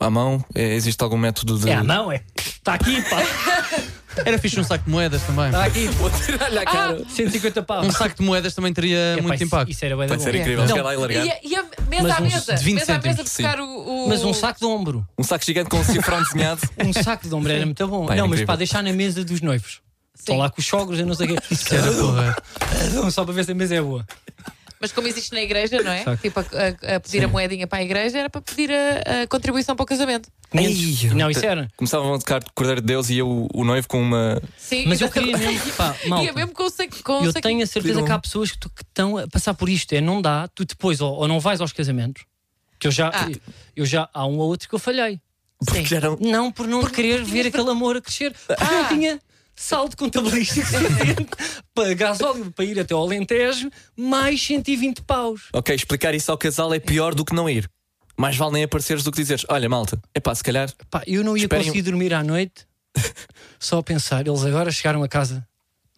S3: à mão? É, existe algum método de.
S4: É, não, é. Está aqui, pá.
S5: era fixe um saco de moedas também.
S4: Está aqui. Ah,
S3: Vou tirar-lhe à cara.
S4: 150 pau.
S5: Um saco de moedas também teria
S4: É, pá,
S5: muito
S4: tá. isso-
S5: impacto.
S4: Isso era bem da
S3: Vai
S4: bom. É.
S3: ser incrível.
S5: Não.
S3: Chegar lá e largar.
S6: E, é- a- e a mesa
S4: Mas
S6: à
S4: uns
S6: mesa.
S5: de 20
S6: mesa à mesa
S5: cêntimos,
S6: buscar o, o-
S4: Mas um saco de ombro.
S3: Um saco gigante com um cifrão desenhado.
S4: Um saco de ombro era muito bom.
S3: Pá, era
S4: não, mas
S3: incrível.
S4: para deixar na mesa dos noivos. Estão lá com os sogros, eu não sei o quê.
S5: Isso era porra.
S4: Só para ver se a mesa é boa.
S6: Mas como existe na igreja, não é?
S4: Saco.
S6: Tipo, a, a- a pedir a moedinha para a igreja era para pedir a, a contribuição para o casamento.
S4: 500.
S3: Ei,
S4: não, isso era.
S3: Começavam a tocar Cordeiro de Deus e eu, o noivo, com uma.
S6: Sim,
S4: Mas eu
S6: exatamente.
S4: queria mesmo. Pá,
S6: Ia
S4: malta,
S6: mesmo com o saco. Com o
S4: eu
S6: saquinho.
S4: tenho a certeza que há pessoas que tu- que estão a passar por isto. É não dá, tu depois ou, ou não vais aos casamentos. Que eu já,
S6: Ah.
S4: eu já há um ou outro que eu falhei.
S3: Porque já não. Ah!
S4: Não por não querer ver aquele amor a crescer. Porque não tinha saldo contabilístico suficiente para gasóleo para ir até ao Alentejo, mais 120 paus.
S3: Ok, explicar isso ao casal é pior do que não ir. Mais vale nem apareceres do que dizeres. Olha, malta, é pá, se calhar.
S4: Pá, eu não ia
S3: Esperem um-
S4: conseguir dormir à noite só a pensar. Eles agora chegaram a casa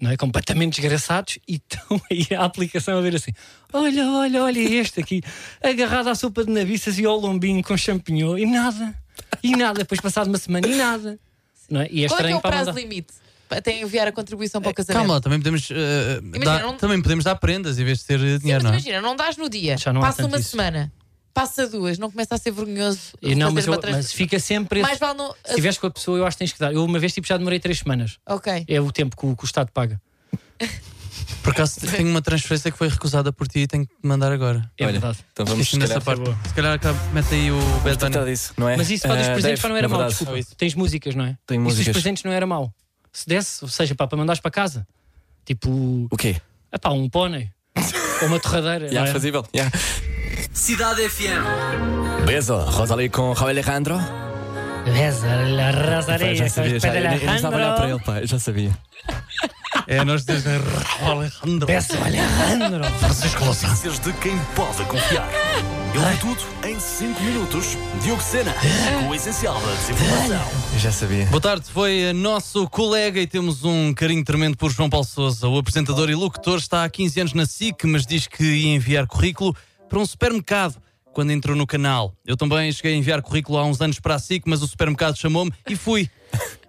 S4: não é, completamente desgraçados e estão aí à aplicação a ver assim: olha, olha, olha este aqui, agarrado à sopa de nabiças e ao lombinho com champignon e nada, e nada. Depois, passado uma semana, e nada. Não é? E é
S6: Qual é que
S4: estranho
S6: é o
S4: para
S6: prazo
S4: mandar.
S6: limite? até enviar a contribuição para o
S4: é
S6: casamento.
S5: Calma, lá, também podemos, eh, dar,
S6: não-
S5: também podemos dar prendas em vez de ter eh,
S6: Sim,
S5: dinheiro,
S6: mas
S5: não é?
S6: imagina, não dás no dia,
S4: Já não há
S6: passa
S4: tanto
S6: uma
S4: isso.
S6: semana, passa duas, não começa a ser vergonhoso.
S4: E não,
S6: fazer
S4: mas, eu-
S6: uma trans-
S4: mas fica sempre. esse-
S6: Mais vale não.
S4: Se estiveres com a pessoa, eu acho que tens que dar. Eu uma vez tipo, já demorei três semanas.
S6: Ok.
S4: É o tempo que o, que o Estado paga.
S5: Por acaso tenho uma transferência que foi recusada por ti e tenho que te mandar agora.
S4: É
S3: Olha,
S4: verdade.
S3: Então vamos
S5: Esqueci-me dessa
S3: nessa
S5: parte.
S3: parte.
S5: Se calhar cá mete aí o Bad Bunny.
S3: Tratar disso, não é?
S4: Mas isso para os
S3: Ah,
S4: presentes
S3: Dave,
S4: já não era
S3: na
S4: mau,
S3: verdade.
S4: desculpa. Tens músicas, não é?
S3: Tenho
S4: Isso
S3: músicas.
S4: dos presentes não era mau. Se desse, ou seja, pá, para mandares para casa. Tipo,
S3: O quê?
S4: epá, um pônei. ou uma torradeira.
S3: Já,
S4: não é?
S3: fazível. já.
S7: Cidade FM.
S3: Beso, Rosalie com Raul Alejandro.
S4: Bésala,
S3: Pá,
S4: Rosaria,
S3: já sabia, já. Eu, nem- eu nem estava a olhar para
S4: Alejandro.
S3: ele, pá, eu já sabia.
S5: É, nós dois na Alejandro.
S4: Alejandro.
S7: Notícias de quem pode confiar. Ele é tudo em 5 minutos. Diogo Sena, com o essencial da desinformação.
S3: Eu já sabia.
S5: Boa tarde, foi eh, nosso colega e temos um carinho tremendo por João Paulo Souza. O apresentador e locutor está há 15 anos na SIC, mas diz que ia enviar currículo para um supermercado quando entrou no canal. Eu também cheguei a enviar currículo há uns anos para a SIC, mas o supermercado chamou-me e fui.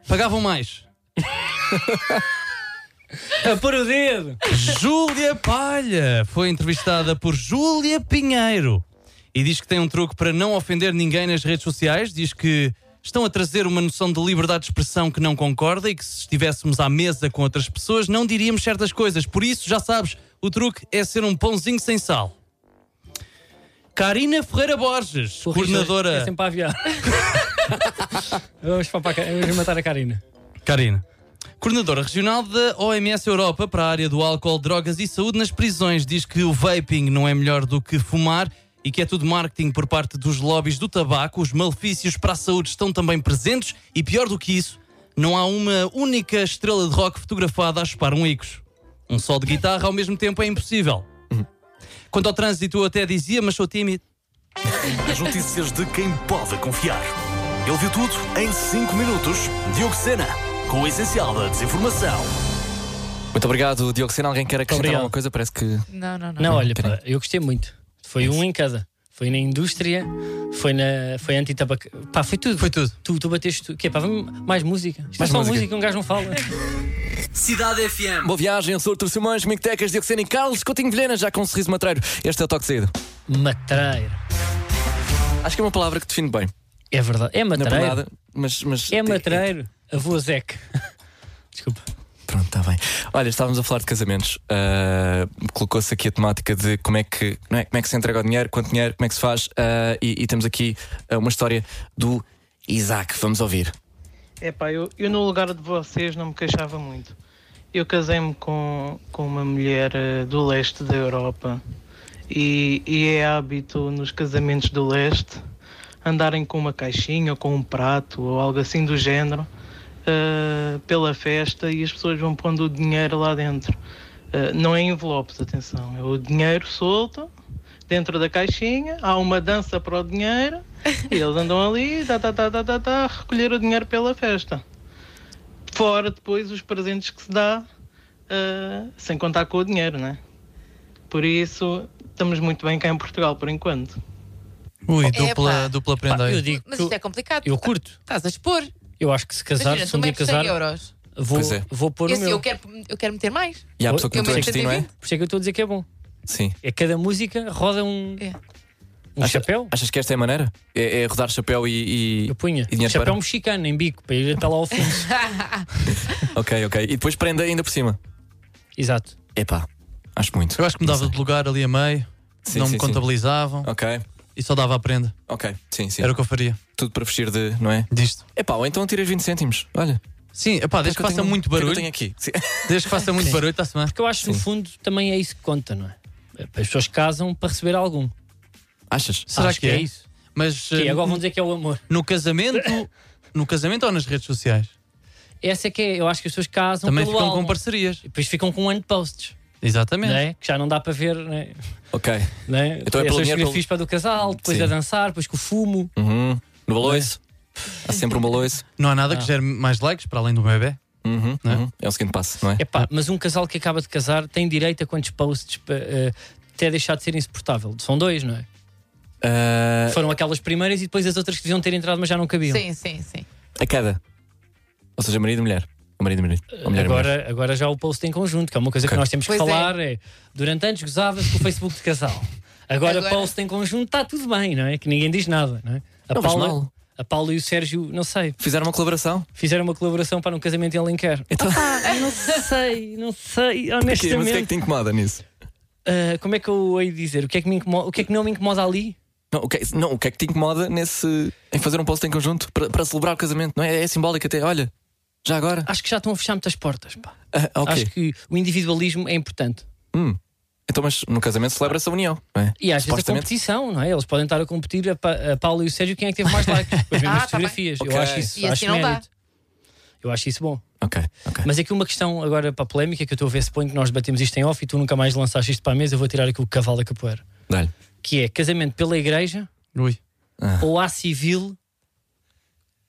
S5: Pagavam mais.
S4: A pôr o dedo.
S5: Júlia Palha foi entrevistada por Júlia Pinheiro e diz que tem um truque para não ofender ninguém nas redes sociais. Diz que estão a trazer uma noção de liberdade de expressão que não concorda e que se estivéssemos à mesa com outras pessoas não diríamos certas coisas. Por isso, já sabes, o truque é ser um pãozinho sem sal. Karina Ferreira Borges,
S4: É
S5: coordenadora.
S4: sempre a aviar. Vamos, para a, Ca- vamos matar a Karina.
S5: Karina. Coordenadora Regional da OMS Europa para a área do álcool, drogas e saúde nas prisões diz que o vaping não é melhor do que fumar e que é tudo marketing por parte dos lobbies do tabaco. Os malefícios para a saúde estão também presentes e, pior do que isso, não há uma única estrela de rock fotografada a chupar um icos. Um sol de guitarra ao mesmo tempo é impossível. Quanto ao trânsito, eu até dizia, mas sou tímido.
S7: As notícias de quem pode confiar. Ele viu tudo em 5 minutos. Diogo Sena, com o essencial da desinformação.
S3: Muito obrigado, Diogo Sena. Alguém quer acrescentar
S4: Obrigado.
S3: alguma coisa? Parece que.
S6: Não, não, não.
S4: Não, olha,
S3: Karina.
S4: pá, eu gostei muito. Foi um em cada. Foi na indústria, foi na foi anti-tabaco. Pá, foi tudo.
S5: Foi tudo.
S4: Tu, tu bateste tudo. Que é, pá, vamos, mais música. Isto
S3: Mais
S4: é só
S3: música.
S4: música. um gajo não fala.
S7: Cidade FM.
S3: Boa viagem, eu sou Artur Simões, Mictecas, Diogo Sena e Carlos Coutinho Vilhena, já com um sorriso matreiro. Este é o toque de saída.
S4: Matreiro.
S3: Acho que é uma palavra que define bem.
S4: É verdade. É
S3: Não é por
S4: matreiro.
S3: nada, mas. mas
S4: É matreiro. Avô Zeque. Desculpa.
S3: Pronto, está bem. Olha, estávamos a falar de casamentos. Ah, Colocou-se aqui a temática de como é, que, não é? como é que se entrega o dinheiro, quanto dinheiro, como é que se faz. Ah, e, e temos aqui ah, uma história do Isaac. Vamos ouvir.
S8: É pá, eu, eu no lugar de vocês não me queixava muito. Eu casei-me com, com uma mulher eh, do leste da Europa e, e é hábito nos casamentos do leste andarem com uma caixinha ou com um prato ou algo assim do género eh, pela festa e as pessoas vão pondo o dinheiro lá dentro. Eh, não é envelopes, atenção, é o dinheiro solto dentro da caixinha, há uma dança para o dinheiro e eles andam ali tá, tá, tá, tá, tá, tá, a recolher o dinheiro pela festa. Fora depois os presentes que se dá, ah, sem contar com o dinheiro, né? Por isso, estamos muito bem cá em Portugal por enquanto.
S5: Ui,
S6: dupla-
S5: dupla, dupla prenda
S4: Pá, eu digo
S6: Mas
S4: que
S6: isto é complicado.
S4: eu curto.
S6: Estás a expor.
S4: Eu acho que se casar,
S6: Imagina,
S4: se
S6: tu
S4: um dia
S6: metes 100
S4: casar,
S6: euros.
S4: vou,
S3: Pois é.
S4: vou pôr
S6: E
S4: o
S6: assim,
S4: meu.
S6: eu quero, eu quero meter mais.
S3: E há a
S4: Eu-
S3: pessoa que
S6: eu
S3: não tem
S6: meto
S3: destino, não é?
S6: 120.
S4: Por isso é que eu estou a dizer que é bom.
S3: Sim.
S4: É cada música roda um,
S6: É.
S4: um chapéu.
S3: Achas que esta é a maneira? É, é rodar chapéu e. e-
S4: Eu punha.
S3: E dinheiro
S4: chapéu
S3: para?
S4: mexicano em bico, para ir até lá ao fundo.
S3: Ok, ok. E depois prenda ainda por cima.
S4: Exato.
S3: Epá, acho muito.
S5: Eu acho que mudava de lugar ali a meio,
S3: Sim,
S5: não
S3: sim,
S5: me
S3: sim.
S5: contabilizavam
S3: Ok,
S5: e só dava a prenda.
S3: ok. Sim, sim.
S5: Era o que eu faria
S3: tudo para vestir de. Não é?
S5: disto.
S3: Epá, ou então tiras 20 cêntimos. Olha.
S5: Sim, epá, desde que, faça
S3: tenho-
S5: muito
S3: o que é que
S5: barulho,
S3: eu tenho aqui. Sim.
S5: desde que faça muito barulho, está-se bem.
S4: Porque eu acho que no fundo também é isso que conta, não é? As pessoas casam para receber algum.
S3: Achas?
S5: Será
S4: acho
S5: que é?
S4: isso?
S5: Mas
S4: Que é,
S5: eh,
S4: agora vão dizer que é o amor.
S5: no casamento, no casamento ou nas redes sociais?
S4: Essa é que é, eu acho que as pessoas casam
S5: Também
S4: pelo
S5: ficam
S4: álbum.
S5: com parcerias.
S4: E depois ficam com um ano de posts,
S5: Exatamente.
S4: não é? Que já não dá para ver, não é?
S3: Ok.
S4: Não é?
S3: Então é
S4: As
S3: pelo dinheiro,
S4: fotografias para do casal, depois
S3: Sim.
S4: a dançar, depois com o fumo.
S3: Uhum. No baloiço. Há sempre um baloiço.
S5: Não há nada que gere mais likes para além do bebê.
S3: Uhum,
S5: Não é?
S3: uhum. É o seguinte passo, não é?
S4: Epá, mas um casal que acaba de casar tem direito a quantos posts pa- eh, até deixar de ser insuportável? São dois, não é?
S3: Ah,
S4: Foram aquelas primeiras e depois as outras que deviam ter entrado, mas já não cabiam.
S6: Sim, sim, sim.
S3: a cada. Ou seja, marido e mulher. O marido e a marido. Ou mulher e mulher.
S4: Agora, agora já o post em conjunto, que é uma coisa
S3: Ok.
S4: que nós temos que
S6: Pois é.
S4: falar. É. durante anos gozava-se com o Facebook de casal. Agora,
S6: Agora-
S4: post em conjunto está tudo bem, não é? Que ninguém diz nada, não é? A
S3: Não faz mal.
S4: Paula, a Paula e o Sérgio, não sei,
S3: Fizeram uma colaboração?
S4: fizeram uma colaboração para um casamento em Alenquer.
S3: Então,
S4: Ah, não sei, não sei,
S3: Porquê? mas o que é que
S4: honestamente.
S3: te incomoda nisso?
S4: Ah, como é que eu hei de dizer? O que é que, me incomoda, o que é que não me incomoda ali?
S3: Não o, que, é- não, o que é que te incomoda nesse, em fazer um post em conjunto para, para celebrar o casamento? Não é, é simbólico até. Olha, já agora.
S4: Acho que já estão a fechar muitas portas. pá.
S3: Ah, ok.
S4: Acho que o individualismo é importante.
S3: Então, mas no casamento celebra-se a união, não é?
S4: E às vezes a
S3: Supostamente.
S4: competição, não é? Eles podem estar a competir a, Pa- a Paulo e o Sérgio quem é que teve mais likes, depois mesmo
S6: Ah,
S4: as
S6: tá bem.
S4: fotografias.
S3: Ok.
S4: Eu acho isso,
S6: E assim
S4: acho
S6: não dá.
S4: mérito. Eu acho isso bom.
S3: Ok, ok.
S4: Mas aqui uma questão agora para a polémica que eu estou a ver se põe que nós debatemos isto em off e tu nunca mais lançaste isto para a mesa, eu vou tirar aqui o cavalo da capoeira.
S3: Dá-lhe.
S4: Que é casamento pela igreja
S5: Ui.
S3: Ah.
S4: ou há civil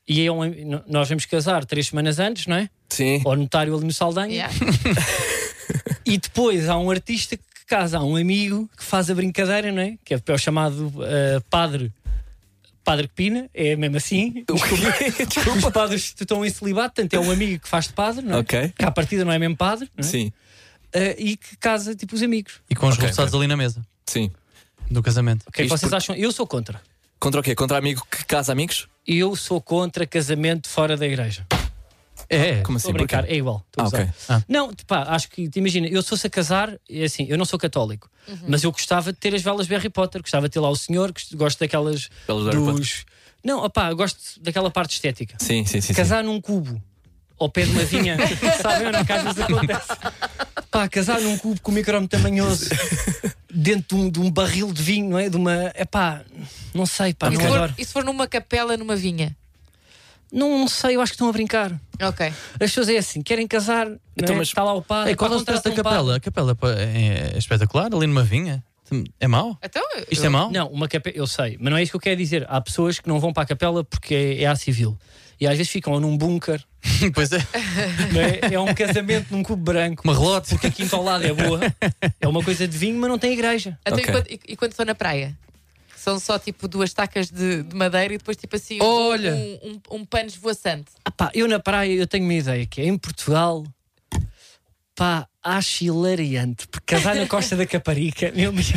S4: e é um- n- nós vamos casar três semanas antes, não é?
S3: Sim.
S4: Ou notário ali no Saldanha.
S6: Yeah.
S4: E depois há um artista que casa, há um amigo que faz a brincadeira, não é? Que é o chamado ah, padre. Padre que pina, é mesmo assim. Os padres estão em celibato, portanto é um amigo que faz de padre, não é?
S3: Ok.
S4: Que à partida não é mesmo padre, não é?
S3: Sim,
S4: Ah, e que casa tipo os amigos.
S5: E com os
S3: Ok,
S5: repousados ali na mesa
S3: sim.
S5: do casamento.
S4: O que é que
S3: Isto
S4: vocês
S3: porque-
S4: acham? Eu sou contra.
S3: Contra o quê? Contra amigo que casa amigos?
S4: Eu sou contra casamento fora da igreja.
S5: É.
S3: Como assim?
S4: Estou a brincar,
S3: Porquê?
S4: é igual. estou a
S3: Ah,
S4: gozar.
S3: ok.
S4: Não, pá, acho que, te imagina, eu se fosse a casar, é assim, eu não sou católico,
S6: Uhum.
S4: mas eu gostava de ter as velas de Harry Potter, gostava de ter lá o senhor, gost- gosto daquelas
S3: Velas do Harry
S4: dos. Não, opá, eu gosto daquela parte estética.
S3: Sim, sim, sim. sim.
S4: Casar num cubo ao pé de uma vinha, sabem onde é que às vezes acontece? Pá, casar num cubo com o microme tamanhoso, dentro de um, de um barril de vinho, não é? De uma. É pá, não sei, pá,
S6: E se
S4: não
S6: for-
S4: adoro.
S6: e se for numa capela, numa vinha?
S4: Não, não sei, eu acho que estão a brincar.
S6: Ok.
S4: As pessoas é assim, querem casar, não
S3: Então,
S4: é?
S3: mas-
S4: está lá o padre.
S5: Ei, qual
S4: pá,
S5: é o stress da
S4: contrata um padre.
S5: capela? A capela pá, é é espetacular, ali numa vinha. É mau?
S6: Então,
S5: Isto é mau?
S4: Não, uma capela, eu sei, mas não é isso que eu quero dizer. Há pessoas que não vão para a capela porque é, é à civil. E às vezes ficam ou num bunker,
S5: pois é.
S4: não é? é um casamento num cubo branco.
S5: Uma relote.
S4: Porque a quinta ao lado é boa, é uma coisa de vinho, mas não tem igreja.
S6: Então,
S3: Ok.
S6: e, quando, e- e quando estou na praia? São só tipo duas tacas de, de madeira e depois tipo assim um-
S5: Olha!
S6: um, um, um pano esvoaçante.
S4: Ah pá, eu na praia eu tenho uma ideia que é em Portugal, pá, acho hilariante. Porque casar na Costa da Caparica, meu amigo,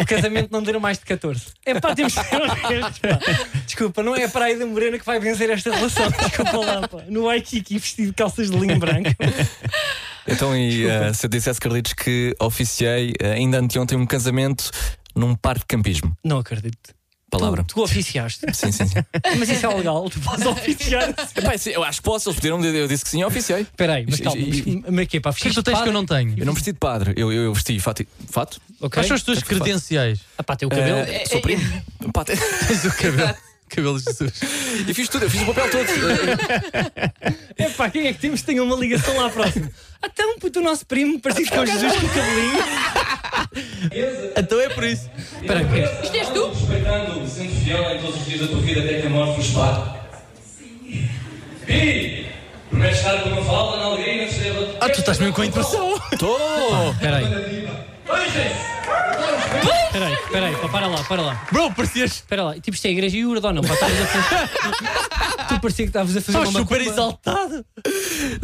S4: o casamento não dura mais de 14. É pá, temos que ser honestos, pá. Desculpa, não é a Praia da Morena que vai vencer esta relação. Desculpa lá, pá. No Waikiki vestido de calças de linho branco.
S3: Então, e eh, se eu dissesse, Carlitos, que oficiei eh, ainda anteontem um casamento num parque de campismo?
S4: Não acredito.
S3: Palavra.
S4: Tu, tu oficiaste.
S3: Sim, sim, sim.
S4: Mas isso é legal, tu podes oficiar.
S3: Epá, sim, eu acho que posso, eles pediram, eu disse que sim, eu oficiei.
S4: Espera aí, mas calma. Mas,
S3: E- e-
S4: mas quê, pá,
S5: O que é que tu tens que eu não tenho?
S3: Eu não vesti de padre, eu, eu, eu vesti fato. fato?
S5: Quais são as tuas credenciais?
S4: Ah pá, tem o cabelo. É,
S3: Eh, sou primo. Pá, tem-
S5: Tens o cabelo. Cabelo de Jesus.
S3: E fiz tudo, eu fiz o papel todo. Eh,
S4: É pá, quem é que temos que tenha uma ligação lá próxima? Ah, Então, puto, o nosso primo, parecido com Jesus com é o cabelinho.
S5: Então é por isso.
S4: Espera aí,
S6: Isto és tu?
S9: respeitando, sendo fiel em todos os dias da tua vida até que a morte nos pare. Pi! Prometes estar com uma falda na alegria e na tristeza.
S5: Ah, tu estás mesmo com a impressão.
S4: espera aí. Espera aí, espera aí, pá, para lá, para lá.
S5: Bro, parecias.
S4: Espera lá. E tipo, isto é a igreja e o Urdão, não, pá, estavas a fazer. tu parecia que estavas a fazer
S5: Estás
S4: uma
S5: super
S4: macumba.
S5: exaltado.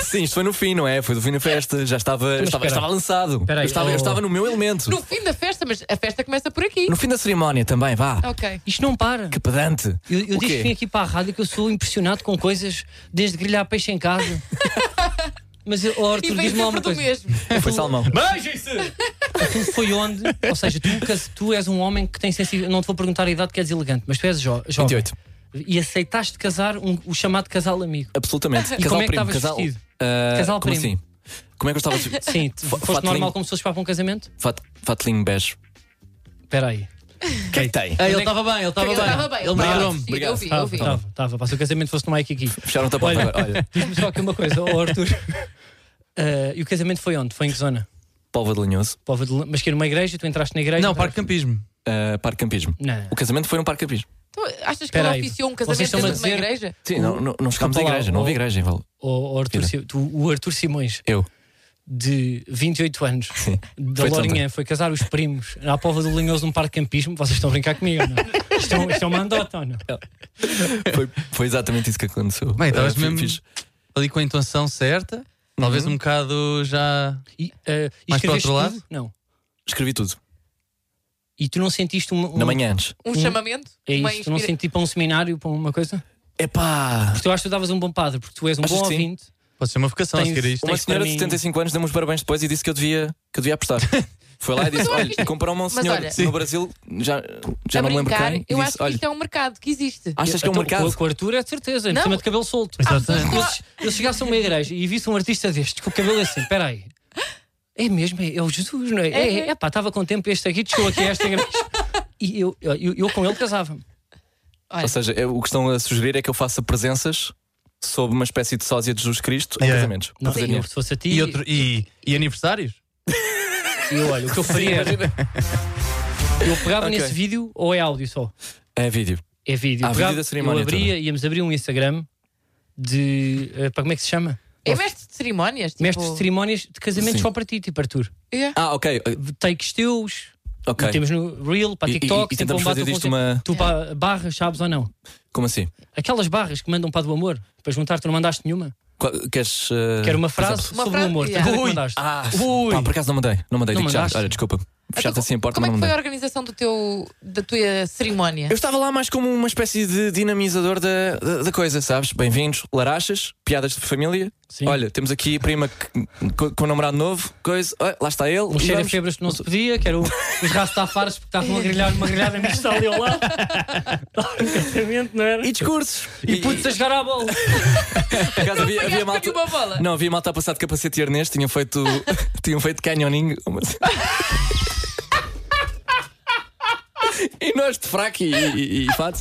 S3: Sim, isto foi no fim, não é? Foi do fim da festa, já estava, estava,
S4: espera aí.
S3: estava lançado.
S4: Espera aí,
S3: eu, estava, eu
S4: oh.
S3: estava no meu elemento.
S6: No fim da festa, mas a festa começa por aqui.
S3: No fim da cerimónia também, vá.
S6: Ok.
S4: Isto não para.
S3: Que pedante.
S4: Eu, eu
S3: O
S4: disse que
S3: quê?
S4: vim aqui para a rádio que eu sou impressionado com coisas desde grilhar peixe em casa. Mas, oh,
S6: E
S4: Arthur,
S6: vem
S4: diz-me lá
S6: sempre
S4: uma
S6: do
S4: coisa.
S6: mesmo.
S3: Foi salmão.
S4: Tu foi onde? Ou seja, tu, nunca- tu és um homem que tem sensibilidade. Não te vou perguntar a idade que és elegante, mas tu és jo jovem.
S3: 28.
S4: E aceitaste casar um- o chamado casal amigo.
S3: Absolutamente.
S4: E
S3: casal
S4: como é que
S3: primo,
S4: estavas
S3: casal.
S4: vestido?
S3: Ah,
S4: Casal
S3: como
S4: primo.
S3: assim? Como é que eu estava vestido?
S4: Sim, tu
S3: Fa-
S4: foste
S3: fatilinho.
S4: normal como se fosses para um casamento?
S3: Fat- Fatelinho bege.
S4: Espera aí.
S3: Quem tem?
S5: ele estava bem, ele estava
S6: Ele
S5: bem.
S6: estava bem.
S5: Ele melhorou-me.
S6: Sim, Eu vi, eu vi.
S4: Estava, estava. Para se o casamento fosse no Mike aqui.
S3: Fecharam-te a porta
S4: Olha.
S3: agora. Olha,
S4: Diz-me só aqui uma coisa, oh, Arthur. Ah, e o casamento foi onde? Foi em que zona?
S3: Polva de Linhoso,
S4: Povo de... Lã- Mas que é numa igreja, tu entraste na igreja?
S5: Não, parque de campismo.
S3: ah, Parque Campismo.
S4: Não.
S3: O casamento foi um Parque Campismo.
S6: Então, achas que
S4: Espera
S6: ele
S4: aí.
S6: oficiou um casamento
S4: Vocês estão a
S6: dentro de
S4: dizer-
S6: uma igreja?
S3: Sim, não, não, não chegámos à
S4: Desculpa lá,
S3: igreja, não
S4: o-
S3: houve igreja em Val.
S4: O, o Arthur,
S3: Tira.
S4: Si- tu- o Arthur Simões,
S3: Eu.
S4: de 28 anos, da
S3: Foi de
S4: Lourinhã, foi casar os primos na Pova do Linhoso num parque de campismo. Vocês estão a brincar comigo, ou não? Isto é um- Isto é uma andota, ou não?
S3: Foi, foi exatamente isso que aconteceu.
S5: Bem, estavas
S3: Ah, fi-
S5: mesmo-
S3: fiz-
S5: ali com a entonação certa, talvez um bocado já.
S4: E, eh, e
S5: Mais para o
S4: escreveste
S5: outro lado?
S4: tudo? Não.
S3: Escrevi tudo.
S4: E tu não sentiste uma.
S3: Na
S4: um-
S3: manhã antes.
S6: Um chamamento?
S4: É
S6: uma
S4: isso, tu não
S6: inspira-
S4: senti para um seminário, para uma coisa?
S3: Epá!
S4: Porque eu acho que tu davas um bom padre, porque tu és um
S3: Achas
S4: bom
S3: que sim?
S4: ouvinte.
S5: Pode ser uma vocação a
S4: Tens-
S5: seguir a isto.
S4: Tens
S3: Uma senhora
S4: para
S3: de
S4: mim-
S3: 75 anos deu-me os parabéns depois e disse que eu devia, que eu devia apostar. Foi lá e disse:
S6: eu acho
S3: Olha,
S6: isto-
S3: comprou um
S6: mas
S3: senhor
S6: olha-
S3: no Brasil, já, já
S6: a
S3: não me lembro
S6: brincar,
S3: quem. e
S6: Eu
S3: disse,
S6: acho que
S3: "Olha,
S6: isto é um mercado que existe.
S3: Achas que é um
S4: Então,
S3: mercado?
S4: Com, com o Arthur é de certeza, em
S6: Não.
S4: cima de cabelo solto. Ah,
S6: Há pessoas que lá-
S4: Eles, eles chegassem a uma igreja e visse um artista destes com o cabelo assim, peraí. É mesmo, é, é o Jesus, não é? É, é,
S6: É.
S4: pá, estava com tempo este aqui, chegou aqui a esta igreja. E eu, eu, eu- eu com ele casava-me.
S6: Olha,
S3: Ou seja, é- o que estão a sugerir é que eu faça presenças sob uma espécie de sósia de Jesus Cristo em
S5: Yeah.
S3: casamentos. Para
S4: Não
S3: fazer
S4: sei, eu,
S3: dinheiro.
S4: se fosse a ti,
S5: E, outro- e- e aniversários?
S4: eu olho, o que eu faria era- Eu pegava
S3: Ok.
S4: nesse vídeo ou é áudio só?
S3: É vídeo.
S4: É vídeo.
S3: Ah,
S4: Eu
S3: vídeo
S4: pegava,
S3: da cerimónia
S4: Eu abria, íamos abrir um Instagram de. eh, pá, como é que se chama?
S6: é mestre de cerimónias? Tipo... é?
S4: Mestre de cerimónias de casamentos
S3: Sim.
S4: só para ti, tipo Arthur.
S6: Yeah.
S3: Ah, ok. eh,
S4: Takes teus,
S3: Ok.
S4: metemos no Reel, para
S3: E- e-
S4: TikTok,
S3: e tentamos
S4: sempre um
S3: fazer
S4: bate-
S3: disto uma-
S4: Tu pá, barras, sabes ou não?
S3: Como assim?
S4: Aquelas barras que mandam para do amor, para juntar, tu não mandaste nenhuma.
S3: Qual- Queres. eh,
S4: Quero uma
S3: por exemplo?
S4: frase
S6: Uma
S4: sobre o
S6: frase-
S4: amor,
S6: yeah.
S4: yeah. que
S5: Ui.
S4: mandaste.
S3: Ah,
S5: Ui.
S3: pá, por acaso não mandei. Não mandei,
S4: Não
S3: digo já.
S4: mandaste?
S3: Olha, desculpa. Fechaste assim a porta,
S6: Como é
S3: mas
S6: que
S3: não
S6: foi a
S3: mandei.
S6: organização do teu, da tua cerimónia?
S3: Eu estava lá mais como uma espécie de dinamizador da, da, da coisa, sabes? Bem-vindos, larachas, piadas de família.
S4: Sim.
S3: Olha, temos aqui a prima que- com, com um namorado novo, coisa. Olha, lá está ele.
S4: Um cheiro a
S3: Ah, Vamos-
S4: febras que não se podia, que era o- os rastafares porque estavam a grelhar uma grelhada mista ali ao lado. Casamento, não era?
S3: E discursos.
S4: é E putos a jogar à bola.
S3: Por acaso havia, havia
S6: Pegaste
S3: malta.
S6: aqui uma bola.
S3: Não, havia malta a passar de capacete e arnês, tinham feito, tinham feito canyoning. mas- e nós de fraco e, e, e fatos.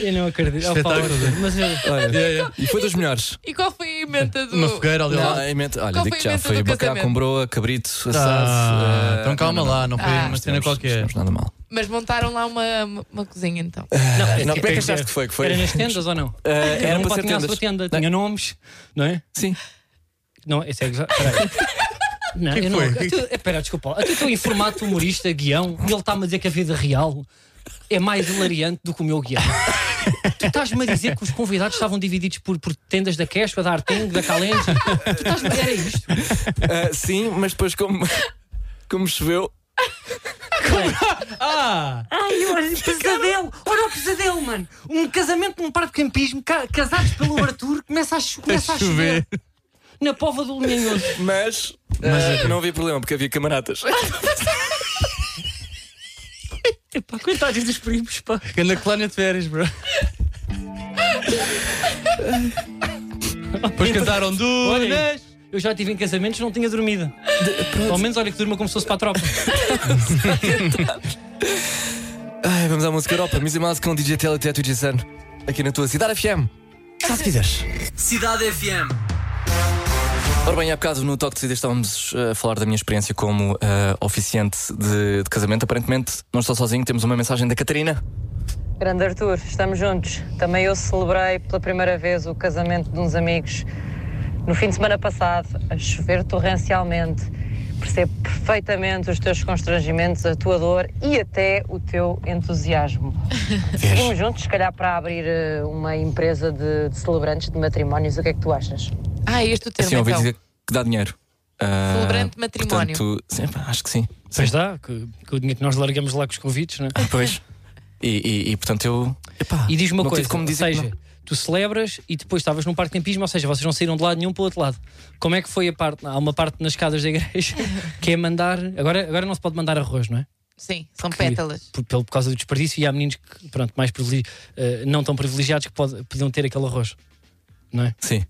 S3: E,
S4: Eu não acredito. Oh, Paulo,
S5: Espetáculo.
S4: mas eu-
S3: né? olha, e foi dos melhores.
S6: E qual foi a emenda do.
S5: É, Uma fogueira ali ao
S3: Não, é
S5: lado.
S3: em mente- olha,
S6: Qual
S3: digo
S6: foi a
S3: já,
S6: emenda
S3: foi
S6: do
S3: bacalhau
S6: casamento?
S3: com broa, cabrito, assado.
S5: Ah,
S3: eh,
S5: então calma
S3: não,
S5: lá, não foi
S6: Ah.
S5: uma cena é
S3: Tivemos-
S5: qualquer.
S3: tivemos nada mal.
S6: Mas montaram lá uma, uma cozinha então.
S3: Não,
S4: é
S3: como é que
S4: que
S3: achaste que foi? Que foi?
S4: Era nas tendas ou não?
S3: Eh, era
S4: Cada um
S3: para ser
S4: tinha a sua
S3: tendas.
S4: tenda, tinha nomes, não é?
S3: Sim.
S4: Não, esse é exato. Não, eu não. Espera, desculpa. lá. Até estou em formato humorista, guião, e ele está-me a dizer que a vida real é mais hilariante do que o meu guião. Tu estás-me a dizer que os convidados estavam divididos por, por tendas da Quechua, da Artengo, da Calente. Tu estás-me a dizer, era isto.
S3: Eh, sim, mas depois, como, como choveu,
S2: Ai, olha, pesadelo! Olha o pesadelo, mano! Um casamento num parque de campismo, ca- casados pelo Arthur, começa a, cho- começa a chover.
S4: Na pova do Linhoso.
S3: mas, eh, não havia problema porque havia camaradas.
S4: Epá, coitados dos primos, pá.
S5: Ganda colónia de férias, bro. Depois cantaram
S4: Olha,
S5: dunas.
S4: eu já estive em casamentos, não tinha dormido. Pelo menos, olha que durma como se fosse para a tropa.
S3: Ai, vamos à música Europa. Music Mouse com DJ Tele Teto e Jason. Aqui na tua Cidade FM. Já
S2: é
S3: se quiseres.
S1: Cidade FM.
S3: Ora bem, há bocado no Toque de Saída estávamos eh, a falar da minha experiência como eh, oficiante de, de casamento. Aparentemente, não estou sozinho, temos uma mensagem da Catarina.
S10: Grande Arthur, estamos juntos. Também eu celebrei pela primeira vez o casamento de uns amigos no fim de semana passado, a chover torrencialmente. Percebo perfeitamente os teus constrangimentos, a tua dor e até o teu entusiasmo. Seguimos juntos, se calhar, para abrir eh, uma empresa de, de celebrantes de matrimónios. O que é que tu achas?
S6: Ah, este o termo
S3: Assim, ouvi
S6: então.
S3: dizer que dá dinheiro. Ah,
S6: Celebrante de matrimónio.
S3: Portanto, sim, pá, acho que sim.
S4: Pois dá, que, que o dinheiro que nós largamos lá com os convites, não é?
S3: Pois. E, e- e, portanto eu. Epá,
S4: E diz uma
S3: não
S4: coisa,
S3: tive como dizer
S4: ou
S3: que
S4: seja,
S3: não.
S4: tu celebras e depois estavas num parque de campismo, ou seja, vocês não saíram de lado nenhum para o outro lado. Como é que foi a parte? Há uma parte nas escadas da igreja que é mandar. Agora, agora não se pode mandar arroz, não é?
S6: Sim, são
S4: Que-
S6: pétalas.
S4: Por, pelo- por causa do desperdício e há meninos que, pronto, mais privile- eh, não tão privilegiados que pod- podiam ter aquele arroz.
S3: Sim.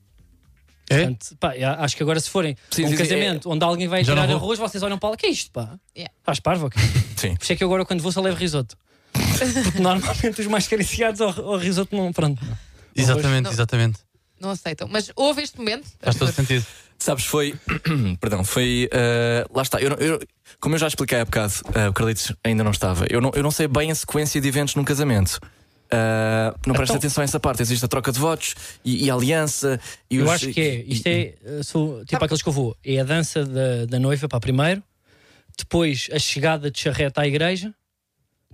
S4: Portanto, pá, eu acho que agora se forem
S3: É? Sim,
S4: a um
S3: sim, É. sim,
S4: casamento onde alguém vai
S5: Já não
S4: tirar
S5: vou.
S4: arroz, vocês olham para lá, que é isto, pá?
S6: Yeah.
S4: Faz parvo, ok?
S3: Sim.
S4: Por isso é que eu agora quando vou só levo risoto. Porque normalmente os mais cariciados ao, ao risoto não. Pronto.
S5: Exatamente,
S6: Não.
S5: exatamente.
S6: Não aceitam. Mas houve este momento.
S5: Faz todo sentido.
S3: Sabes, foi. Perdão, foi. eh, lá está. Eu, não- eu- como eu já expliquei há bocado, eh, o Carlitos ainda não estava. Eu não, eu não sei bem a sequência de eventos num casamento. Eh, não presta
S4: Então-
S3: atenção a essa parte. Existe a troca de votos e, e a aliança. E
S4: Eu
S3: os-
S4: acho que é. Isto
S3: e-
S4: é. eh, Sou, tipo aqueles que eu vou. É a dança da, da noiva para primeiro, depois a chegada de charrete à igreja,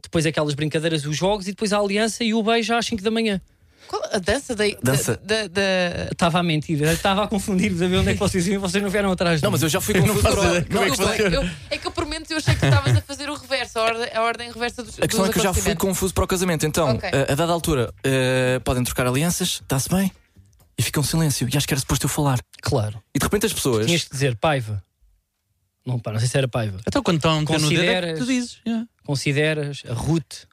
S4: depois aquelas brincadeiras, os jogos e depois a aliança e o beijo às 5 da manhã.
S6: Qual a dança da.
S3: Dança.
S6: da- da- da-
S4: Estava a mentir, eu estava a confundir-vos a ver onde é que vocês iam e vocês não vieram atrás. de
S3: Não,
S4: mim.
S3: mas eu já fui confuso.
S5: faço
S3: por hora.
S5: ideia como é que
S6: Desculpa, eu- é que eu por menos eu achei que tu estavas a fazer o reverso, a ordem, a ordem reversa dos
S3: A questão
S6: dos
S3: é que eu já fui
S6: acontecimentos.
S3: confuso para o casamento. Então,
S6: Ok.
S3: a, a dada altura, eh, podem trocar alianças, está-se bem, e fica um silêncio. E acho que era suposto eu falar.
S4: Claro.
S3: E de repente as pessoas.
S4: Tinhas que dizer paiva. Não, pá, não sei se era paiva.
S5: Então quando estão a meter no dedo é que
S4: Consideras-
S5: tu dizes. yeah.
S4: Consideras a Ruth.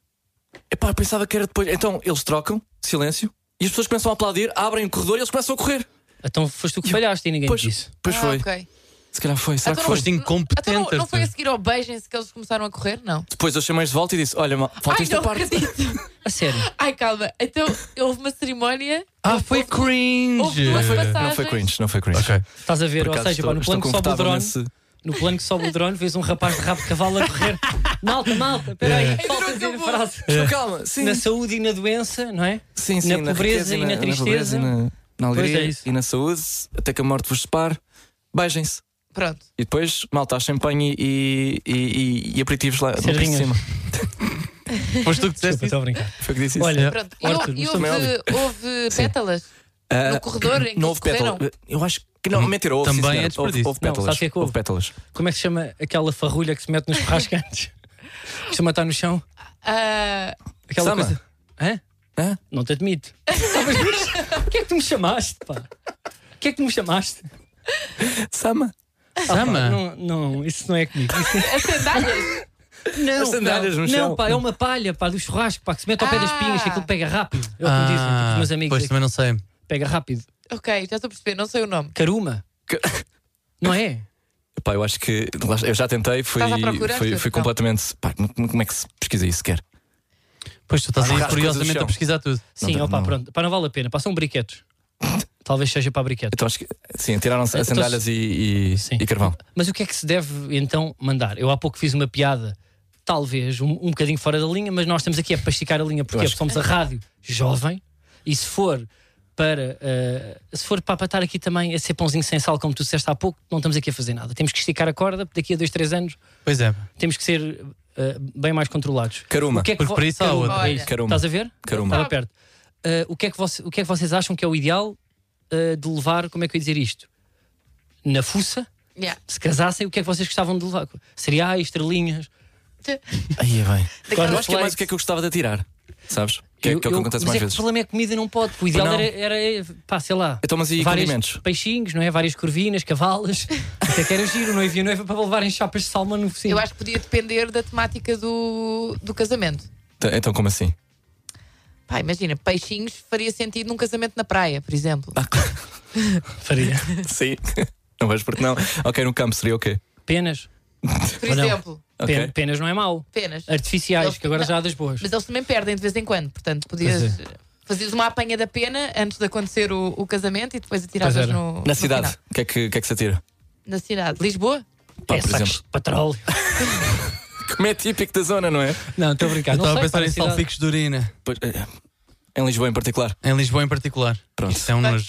S3: Epá, eu pensava que era depois. Então eles trocam, silêncio, e as pessoas começam a aplaudir, abrem o corredor e eles começam a correr.
S4: Então foste tu que falhaste e ninguém
S3: Pois,
S4: te disse.
S3: pois
S6: Ah,
S3: foi.
S6: ok.
S3: Se calhar foi, será
S6: Então
S3: que
S6: não-
S3: foi?
S5: Foste incompetente.
S6: Então não, não foi a
S5: Arthur.
S6: seguir ao beijem-se que eles começaram a correr? Não.
S3: Depois eu chamei de volta e disse: Olha, mal, falta
S6: Ai,
S3: esta
S6: não
S3: parte.
S6: acredito.
S4: A sério.
S6: Ai, calma. Então houve uma cerimónia.
S5: Ah,
S6: houve-
S5: foi
S6: houve-
S5: cringe.
S6: houve duas
S3: Não foi
S6: passagens.
S3: cringe, não foi cringe.
S5: Ok.
S4: Estás a ver,
S3: Por
S4: ou
S3: acaso
S4: seja,
S3: estou-
S4: pá, no
S3: estou
S4: plano que sobe o
S3: confortável
S4: drone,
S3: nesse-
S4: no plano que sobe o drone, vês um rapaz de rabo de cavalo a correr. Malta, malta, peraí,
S3: É.
S6: Ainda
S4: falta
S6: não
S4: dizer a
S6: acabou.
S4: frase.
S3: Estou calma, sim.
S4: Eh, Na saúde e na doença, não é?
S3: Sim, sim,
S4: na
S3: riqueza
S4: pobreza e na
S3: pobreza
S4: tristeza.
S3: e na, na alegria
S4: é isso.
S3: e na saúde, até que a morte vos separe. Beijem-se.
S6: Pronto.
S3: E depois, malta, há champanhe e, e, e- e aperitivos lá no piso de
S4: Sardinhas.
S3: cima.
S5: Foste tu que
S4: Desculpa,
S5: disseste isso?
S4: estou a brincar.
S3: Foi o que disse isso.
S4: Olha,
S6: Pronto. E,
S4: Arthur,
S6: houve- e
S4: mas
S6: houve,
S5: é
S4: também é
S6: houve pétalas
S3: Ah,
S6: no corredor em que
S3: não
S6: eles
S3: houve pétala.
S6: correram?
S3: Eu acho que. Não, mentira, houve. sim,
S5: Também
S3: senhora.
S5: é desperdício.
S3: Houve, houve
S5: Não,
S3: pétalas.
S4: sabe o que é que houve?
S3: pétalas.
S4: como é que se chama aquela farrulha que se mete nos churrascos antes? Costuma estar no chão?
S6: Ah,
S4: Aquela
S3: Sama.
S4: coisa. Hã?
S3: Hã?
S4: Não te admito. O que é que tu me chamaste, pá? O que é que tu me chamaste? Ah,
S3: Sama.
S5: Sama?
S4: Não, não, isso não é comigo. Isso
S6: as sandálias?
S4: não,
S3: As sandálias
S4: pá.
S3: no
S4: não,
S3: chão.
S4: pá, é uma palha, pá, do churrasco, pá, que se mete ao pé das
S6: Ah.
S4: pinhas, que aquilo pega rápido. É o que me dizem tipo,
S5: Ah,
S4: os meus amigos. é
S5: Pois
S4: que
S5: também não sei.
S4: Pega rápido.
S6: ok, já estou a perceber, não sei o nome.
S4: Caruma.
S3: Ca-
S4: Não é?
S3: Pá, eu acho que. lá está, Eu já tentei, fui,
S6: Estás à procura,
S3: fui,
S6: Arthur,
S3: fui
S6: então?
S3: completamente. Pá, como como é que se pesquisa isso sequer?
S5: Pois tu estás
S3: Arrancar
S5: aí
S3: as coisas do
S5: curiosamente
S3: chão.
S5: a pesquisar tudo.
S4: Sim,
S3: Não,
S4: opá,
S3: não.
S4: pronto. Pá, não vale a pena. Pá, são briquetos. Talvez seja para briquetos.
S3: Então acho que. Sim, tiraram-se as
S4: Então,
S3: sandálias e, e,
S4: Sim.
S3: e carvão.
S4: Mas o que é que se deve então mandar? Eu há pouco fiz uma piada, talvez um, um bocadinho fora da linha, mas nós estamos aqui é para esticar a linha, porque,
S3: acho
S4: porque somos a rádio jovem e se for para eh, se for para, para estar aqui também a ser pãozinho sem sal, como tu disseste há pouco, não estamos aqui a fazer nada. Temos que esticar a corda, porque daqui a dois, três anos
S5: Pois é.
S4: temos que ser eh, bem mais controlados.
S3: Caruma.
S4: O que é que
S5: Porque
S4: vo-
S5: por isso há
S4: Caruma,
S5: outra.
S4: é isso.
S3: Caruma.
S4: Estás a ver?
S3: Caruma.
S4: Estava perto. Eh, o, que é que voce- o que é que vocês acham que é o ideal eh, de levar, como é que eu ia dizer isto? Na fuça?
S6: Yeah.
S4: se casassem, o que é que vocês gostavam de levar? Cereais, estrelinhas.
S3: Aí é bem.
S6: Daquelas
S3: Eu acho que é mais o que é que eu gostava de atirar. Sabes? Que é, que é o que
S4: Eu- eu-
S3: acontece
S4: mas
S3: mais
S4: é que
S3: vezes.
S4: O problema é que comida não pode. O ideal
S3: não.
S4: era, era, pá, sei lá.
S3: Então, mas e
S4: vários
S3: condimentos?
S4: peixinhos, não é? Várias corvinas, cavalas. Até que era giro, não havia noiva para levarem chapas de salma no focinho.
S6: Eu acho que podia depender da temática do, do casamento.
S3: Então, como assim?
S6: Pá, imagina, peixinhos faria sentido num casamento na praia, por exemplo.
S4: Faria.
S3: Sim. Não vejo porque não. Ok, no campo seria o quê?
S4: Penas.
S6: por
S4: ou não.
S6: exemplo,
S3: Ok.
S4: Pen- Penas não é mau.
S6: penas.
S4: Artificiais,
S6: Eles-
S4: que agora
S6: não.
S4: já há das boas.
S6: Mas eles também perdem de vez em quando, portanto, podias. Fazias uma apanha da pena antes de acontecer o, o casamento e depois atiravas
S4: Pois era.
S6: no.
S3: Na
S6: no
S3: cidade,
S6: final.
S3: o que, é que, o que é que se atira?
S6: Na cidade. Lisboa?
S3: Pá,
S4: é
S3: por
S4: sacos
S3: exemplo.
S4: de petróleo.
S3: Como é típico da zona, não é?
S4: Não, estou a brincar.
S5: Eu
S4: Não
S5: estava a
S4: sei,
S5: pensar
S4: pá,
S5: em
S4: na cidade.
S5: salpicos de urina.
S3: Pois, é. Em Lisboa em particular.
S5: Em Lisboa em particular.
S3: Pronto.
S5: Isso é um nojo.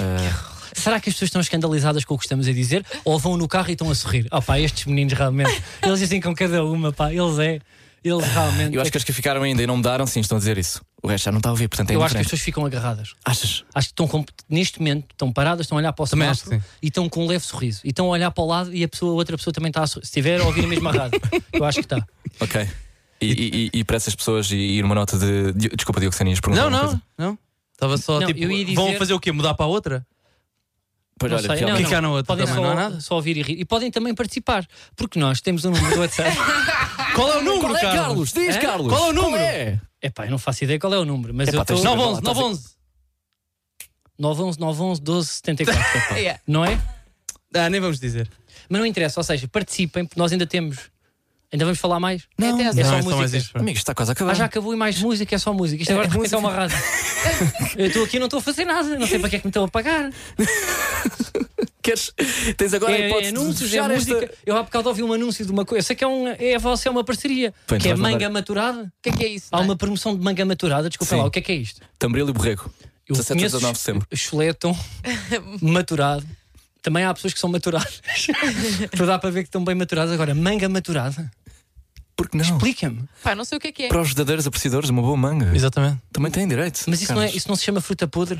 S4: Será que as pessoas estão escandalizadas com o que estamos a dizer? Ou vão no carro e estão a sorrir? Ah, pá, estes meninos realmente. Eles dizem com cada uma, pá, eles é. Eles realmente.
S3: Eu acho que as que ficaram ainda e não mudaram, sim, estão a dizer isso. O resto já não está a ouvir, portanto é
S4: Eu acho que as
S3: indiferente.
S4: pessoas ficam agarradas.
S3: Achas?
S4: Acho que estão com- neste momento estão paradas, estão a olhar para o
S5: Também
S4: semáforo
S5: acho que
S4: e estão com um leve sorriso. E estão a olhar para o lado e a pessoa, a outra pessoa também está a sorrir. Se tiver a ouvir a mesma rádio, eu acho que está.
S3: Ok. E, e, e- e para essas pessoas, e, e numa nota de. de desculpa, Dioxenias, por um
S5: Não, não, não. Estava só
S4: Não,
S5: tipo.
S4: eu ia
S5: Vão
S4: dizer-
S5: fazer o quê? Mudar para a outra?
S3: Pois
S4: Não
S3: olha,
S4: sei,
S3: pior.
S4: não,
S3: que-
S4: não.
S5: Clicar na outra
S4: Podem
S5: também,
S4: só,
S5: não há nada?
S4: só ouvir e rir. E podem também participar, porque nós temos um número do WhatsApp.
S5: Qual é o número,
S3: Qual é, Carlos? Diz,
S4: Hã?
S3: Carlos!
S5: Qual é o número?
S3: é?
S4: Epá, eu não faço ideia qual é o número, mas
S3: Epá,
S4: eu estou.
S3: tens de saber.
S5: 911, 911.
S4: 911, 911, 12, 74. epá.
S6: Yeah.
S4: Não é?
S5: Ah, nem vamos dizer.
S4: Mas não interessa, ou seja, participem, porque nós ainda temos. Ainda vamos falar mais.
S6: Não, até às
S4: é
S6: dez.
S4: só
S5: Não, é só mais
S4: música.
S5: isto. pronto.
S3: Amigos, está quase a acabar.
S4: Ah, já acabou e mais música, é só música. Isto agora de repente é uma rádio. Eu estou aqui e não estou a fazer nada, não sei para que é que me estão a pagar.
S3: Queres? Tens agora a
S4: é,
S3: hipótese
S4: é
S3: de
S4: anúncios, é
S3: fechar esta-
S4: música. Eu há bocado ouvi um anúncio de uma coisa. Eu sei que é, um, é a vossa, é uma parceria.
S3: Pois,
S4: que é
S3: então vais
S4: manga
S3: mandar-
S4: maturada.
S6: O que é que é isso?
S4: Há
S6: não é?
S4: uma promoção de manga maturada, desculpa
S3: Sim.
S4: lá, o que é que é isto?
S3: Tamboril e Borrego.
S4: Eu
S3: 17 a
S4: conheço
S3: 19 de setembro.
S4: chuletam, maturado. Também há pessoas que são maturadas. Então dá para ver que estão bem maturadas. Agora, manga maturada.
S3: Por que não?
S4: Explica-me.
S6: Pá, não sei o que é que é.
S3: Para os verdadeiros apreciadores, uma boa manga.
S5: Exatamente.
S3: Também têm direito.
S4: Mas isso não, é,
S3: Carlos.
S4: isso não se chama fruta podre?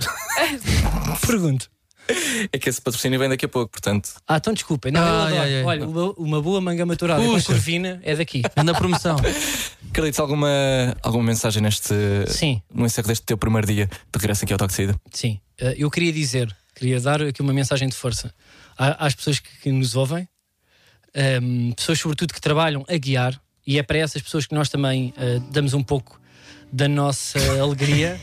S4: Pergunto.
S3: É que esse patrocínio vem daqui a pouco, portanto.
S4: Ah, então desculpem. Não, eu
S5: Ai,
S4: adoro.
S5: ai, ai.
S4: Olha, uma, uma boa manga maturada com
S5: Puxa.
S4: corvina é daqui.
S5: Anda a promoção.
S3: Carlitos, alguma, alguma mensagem neste.
S4: Sim.
S3: No encerro deste teu primeiro dia de regresso aqui ao Toque de Saída?
S4: Sim, Eh, eu queria dizer, queria dar aqui uma mensagem de força à- às pessoas que, que nos ouvem, ehm, pessoas sobretudo que trabalham a guiar, e é para essas pessoas que nós também eh, damos um pouco da nossa alegria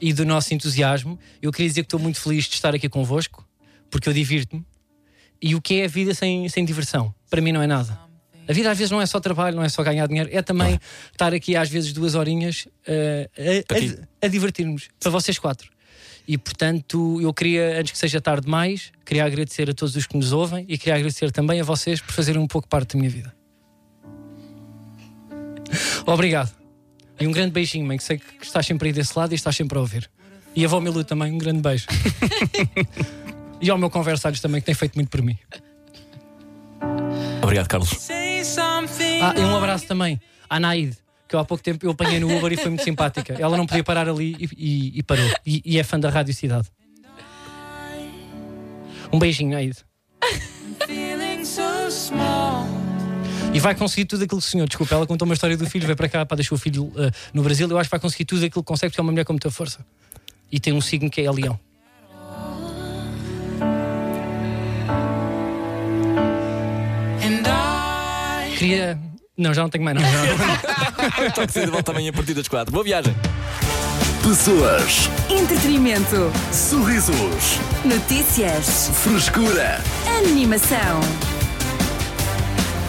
S4: e do nosso entusiasmo. Eu queria dizer que estou muito feliz de estar aqui convosco, porque eu divirto-me. E o que é a vida sem, sem diversão? Para mim não é nada. A vida às vezes não é só trabalho, não é só ganhar dinheiro, é também estar aqui às vezes duas horinhas eh, a-
S3: ti.
S4: a, a divertir-nos, para vocês quatro. E portanto, eu queria, antes que seja tarde demais, queria agradecer a todos os que nos ouvem e queria agradecer também a vocês por fazerem um pouco parte da minha vida. Obrigado. E um grande beijinho, mãe, que sei que estás sempre aí desse lado e estás sempre a ouvir. E a avó Milu também, um grande beijo. e ao meu conversários também, que tem feito muito por mim.
S3: Obrigado, Carlos.
S4: Ah, e um abraço também à Naide, que eu há pouco tempo eu apanhei no Uber e foi muito simpática. Ela não podia parar ali e, e- e parou. E, e é fã da Rádio Cidade. Um beijinho, Naide. E vai conseguir tudo aquilo que sonhou. Desculpa, ela contou uma história do filho, veio para cá para deixar o filho eh, no Brasil. Eu acho que vai conseguir tudo aquilo que consegue, porque é uma mulher com muita força. E tem um signo que é leão. Queria. Não, já não tenho mais, não. Já não.
S3: Toque de Saída volta amanhã a partir das quatro. Boa viagem.
S7: Pessoas,
S11: Entretenimento.
S7: sorrisos,
S11: Notícias.
S7: frescura.
S11: Animação.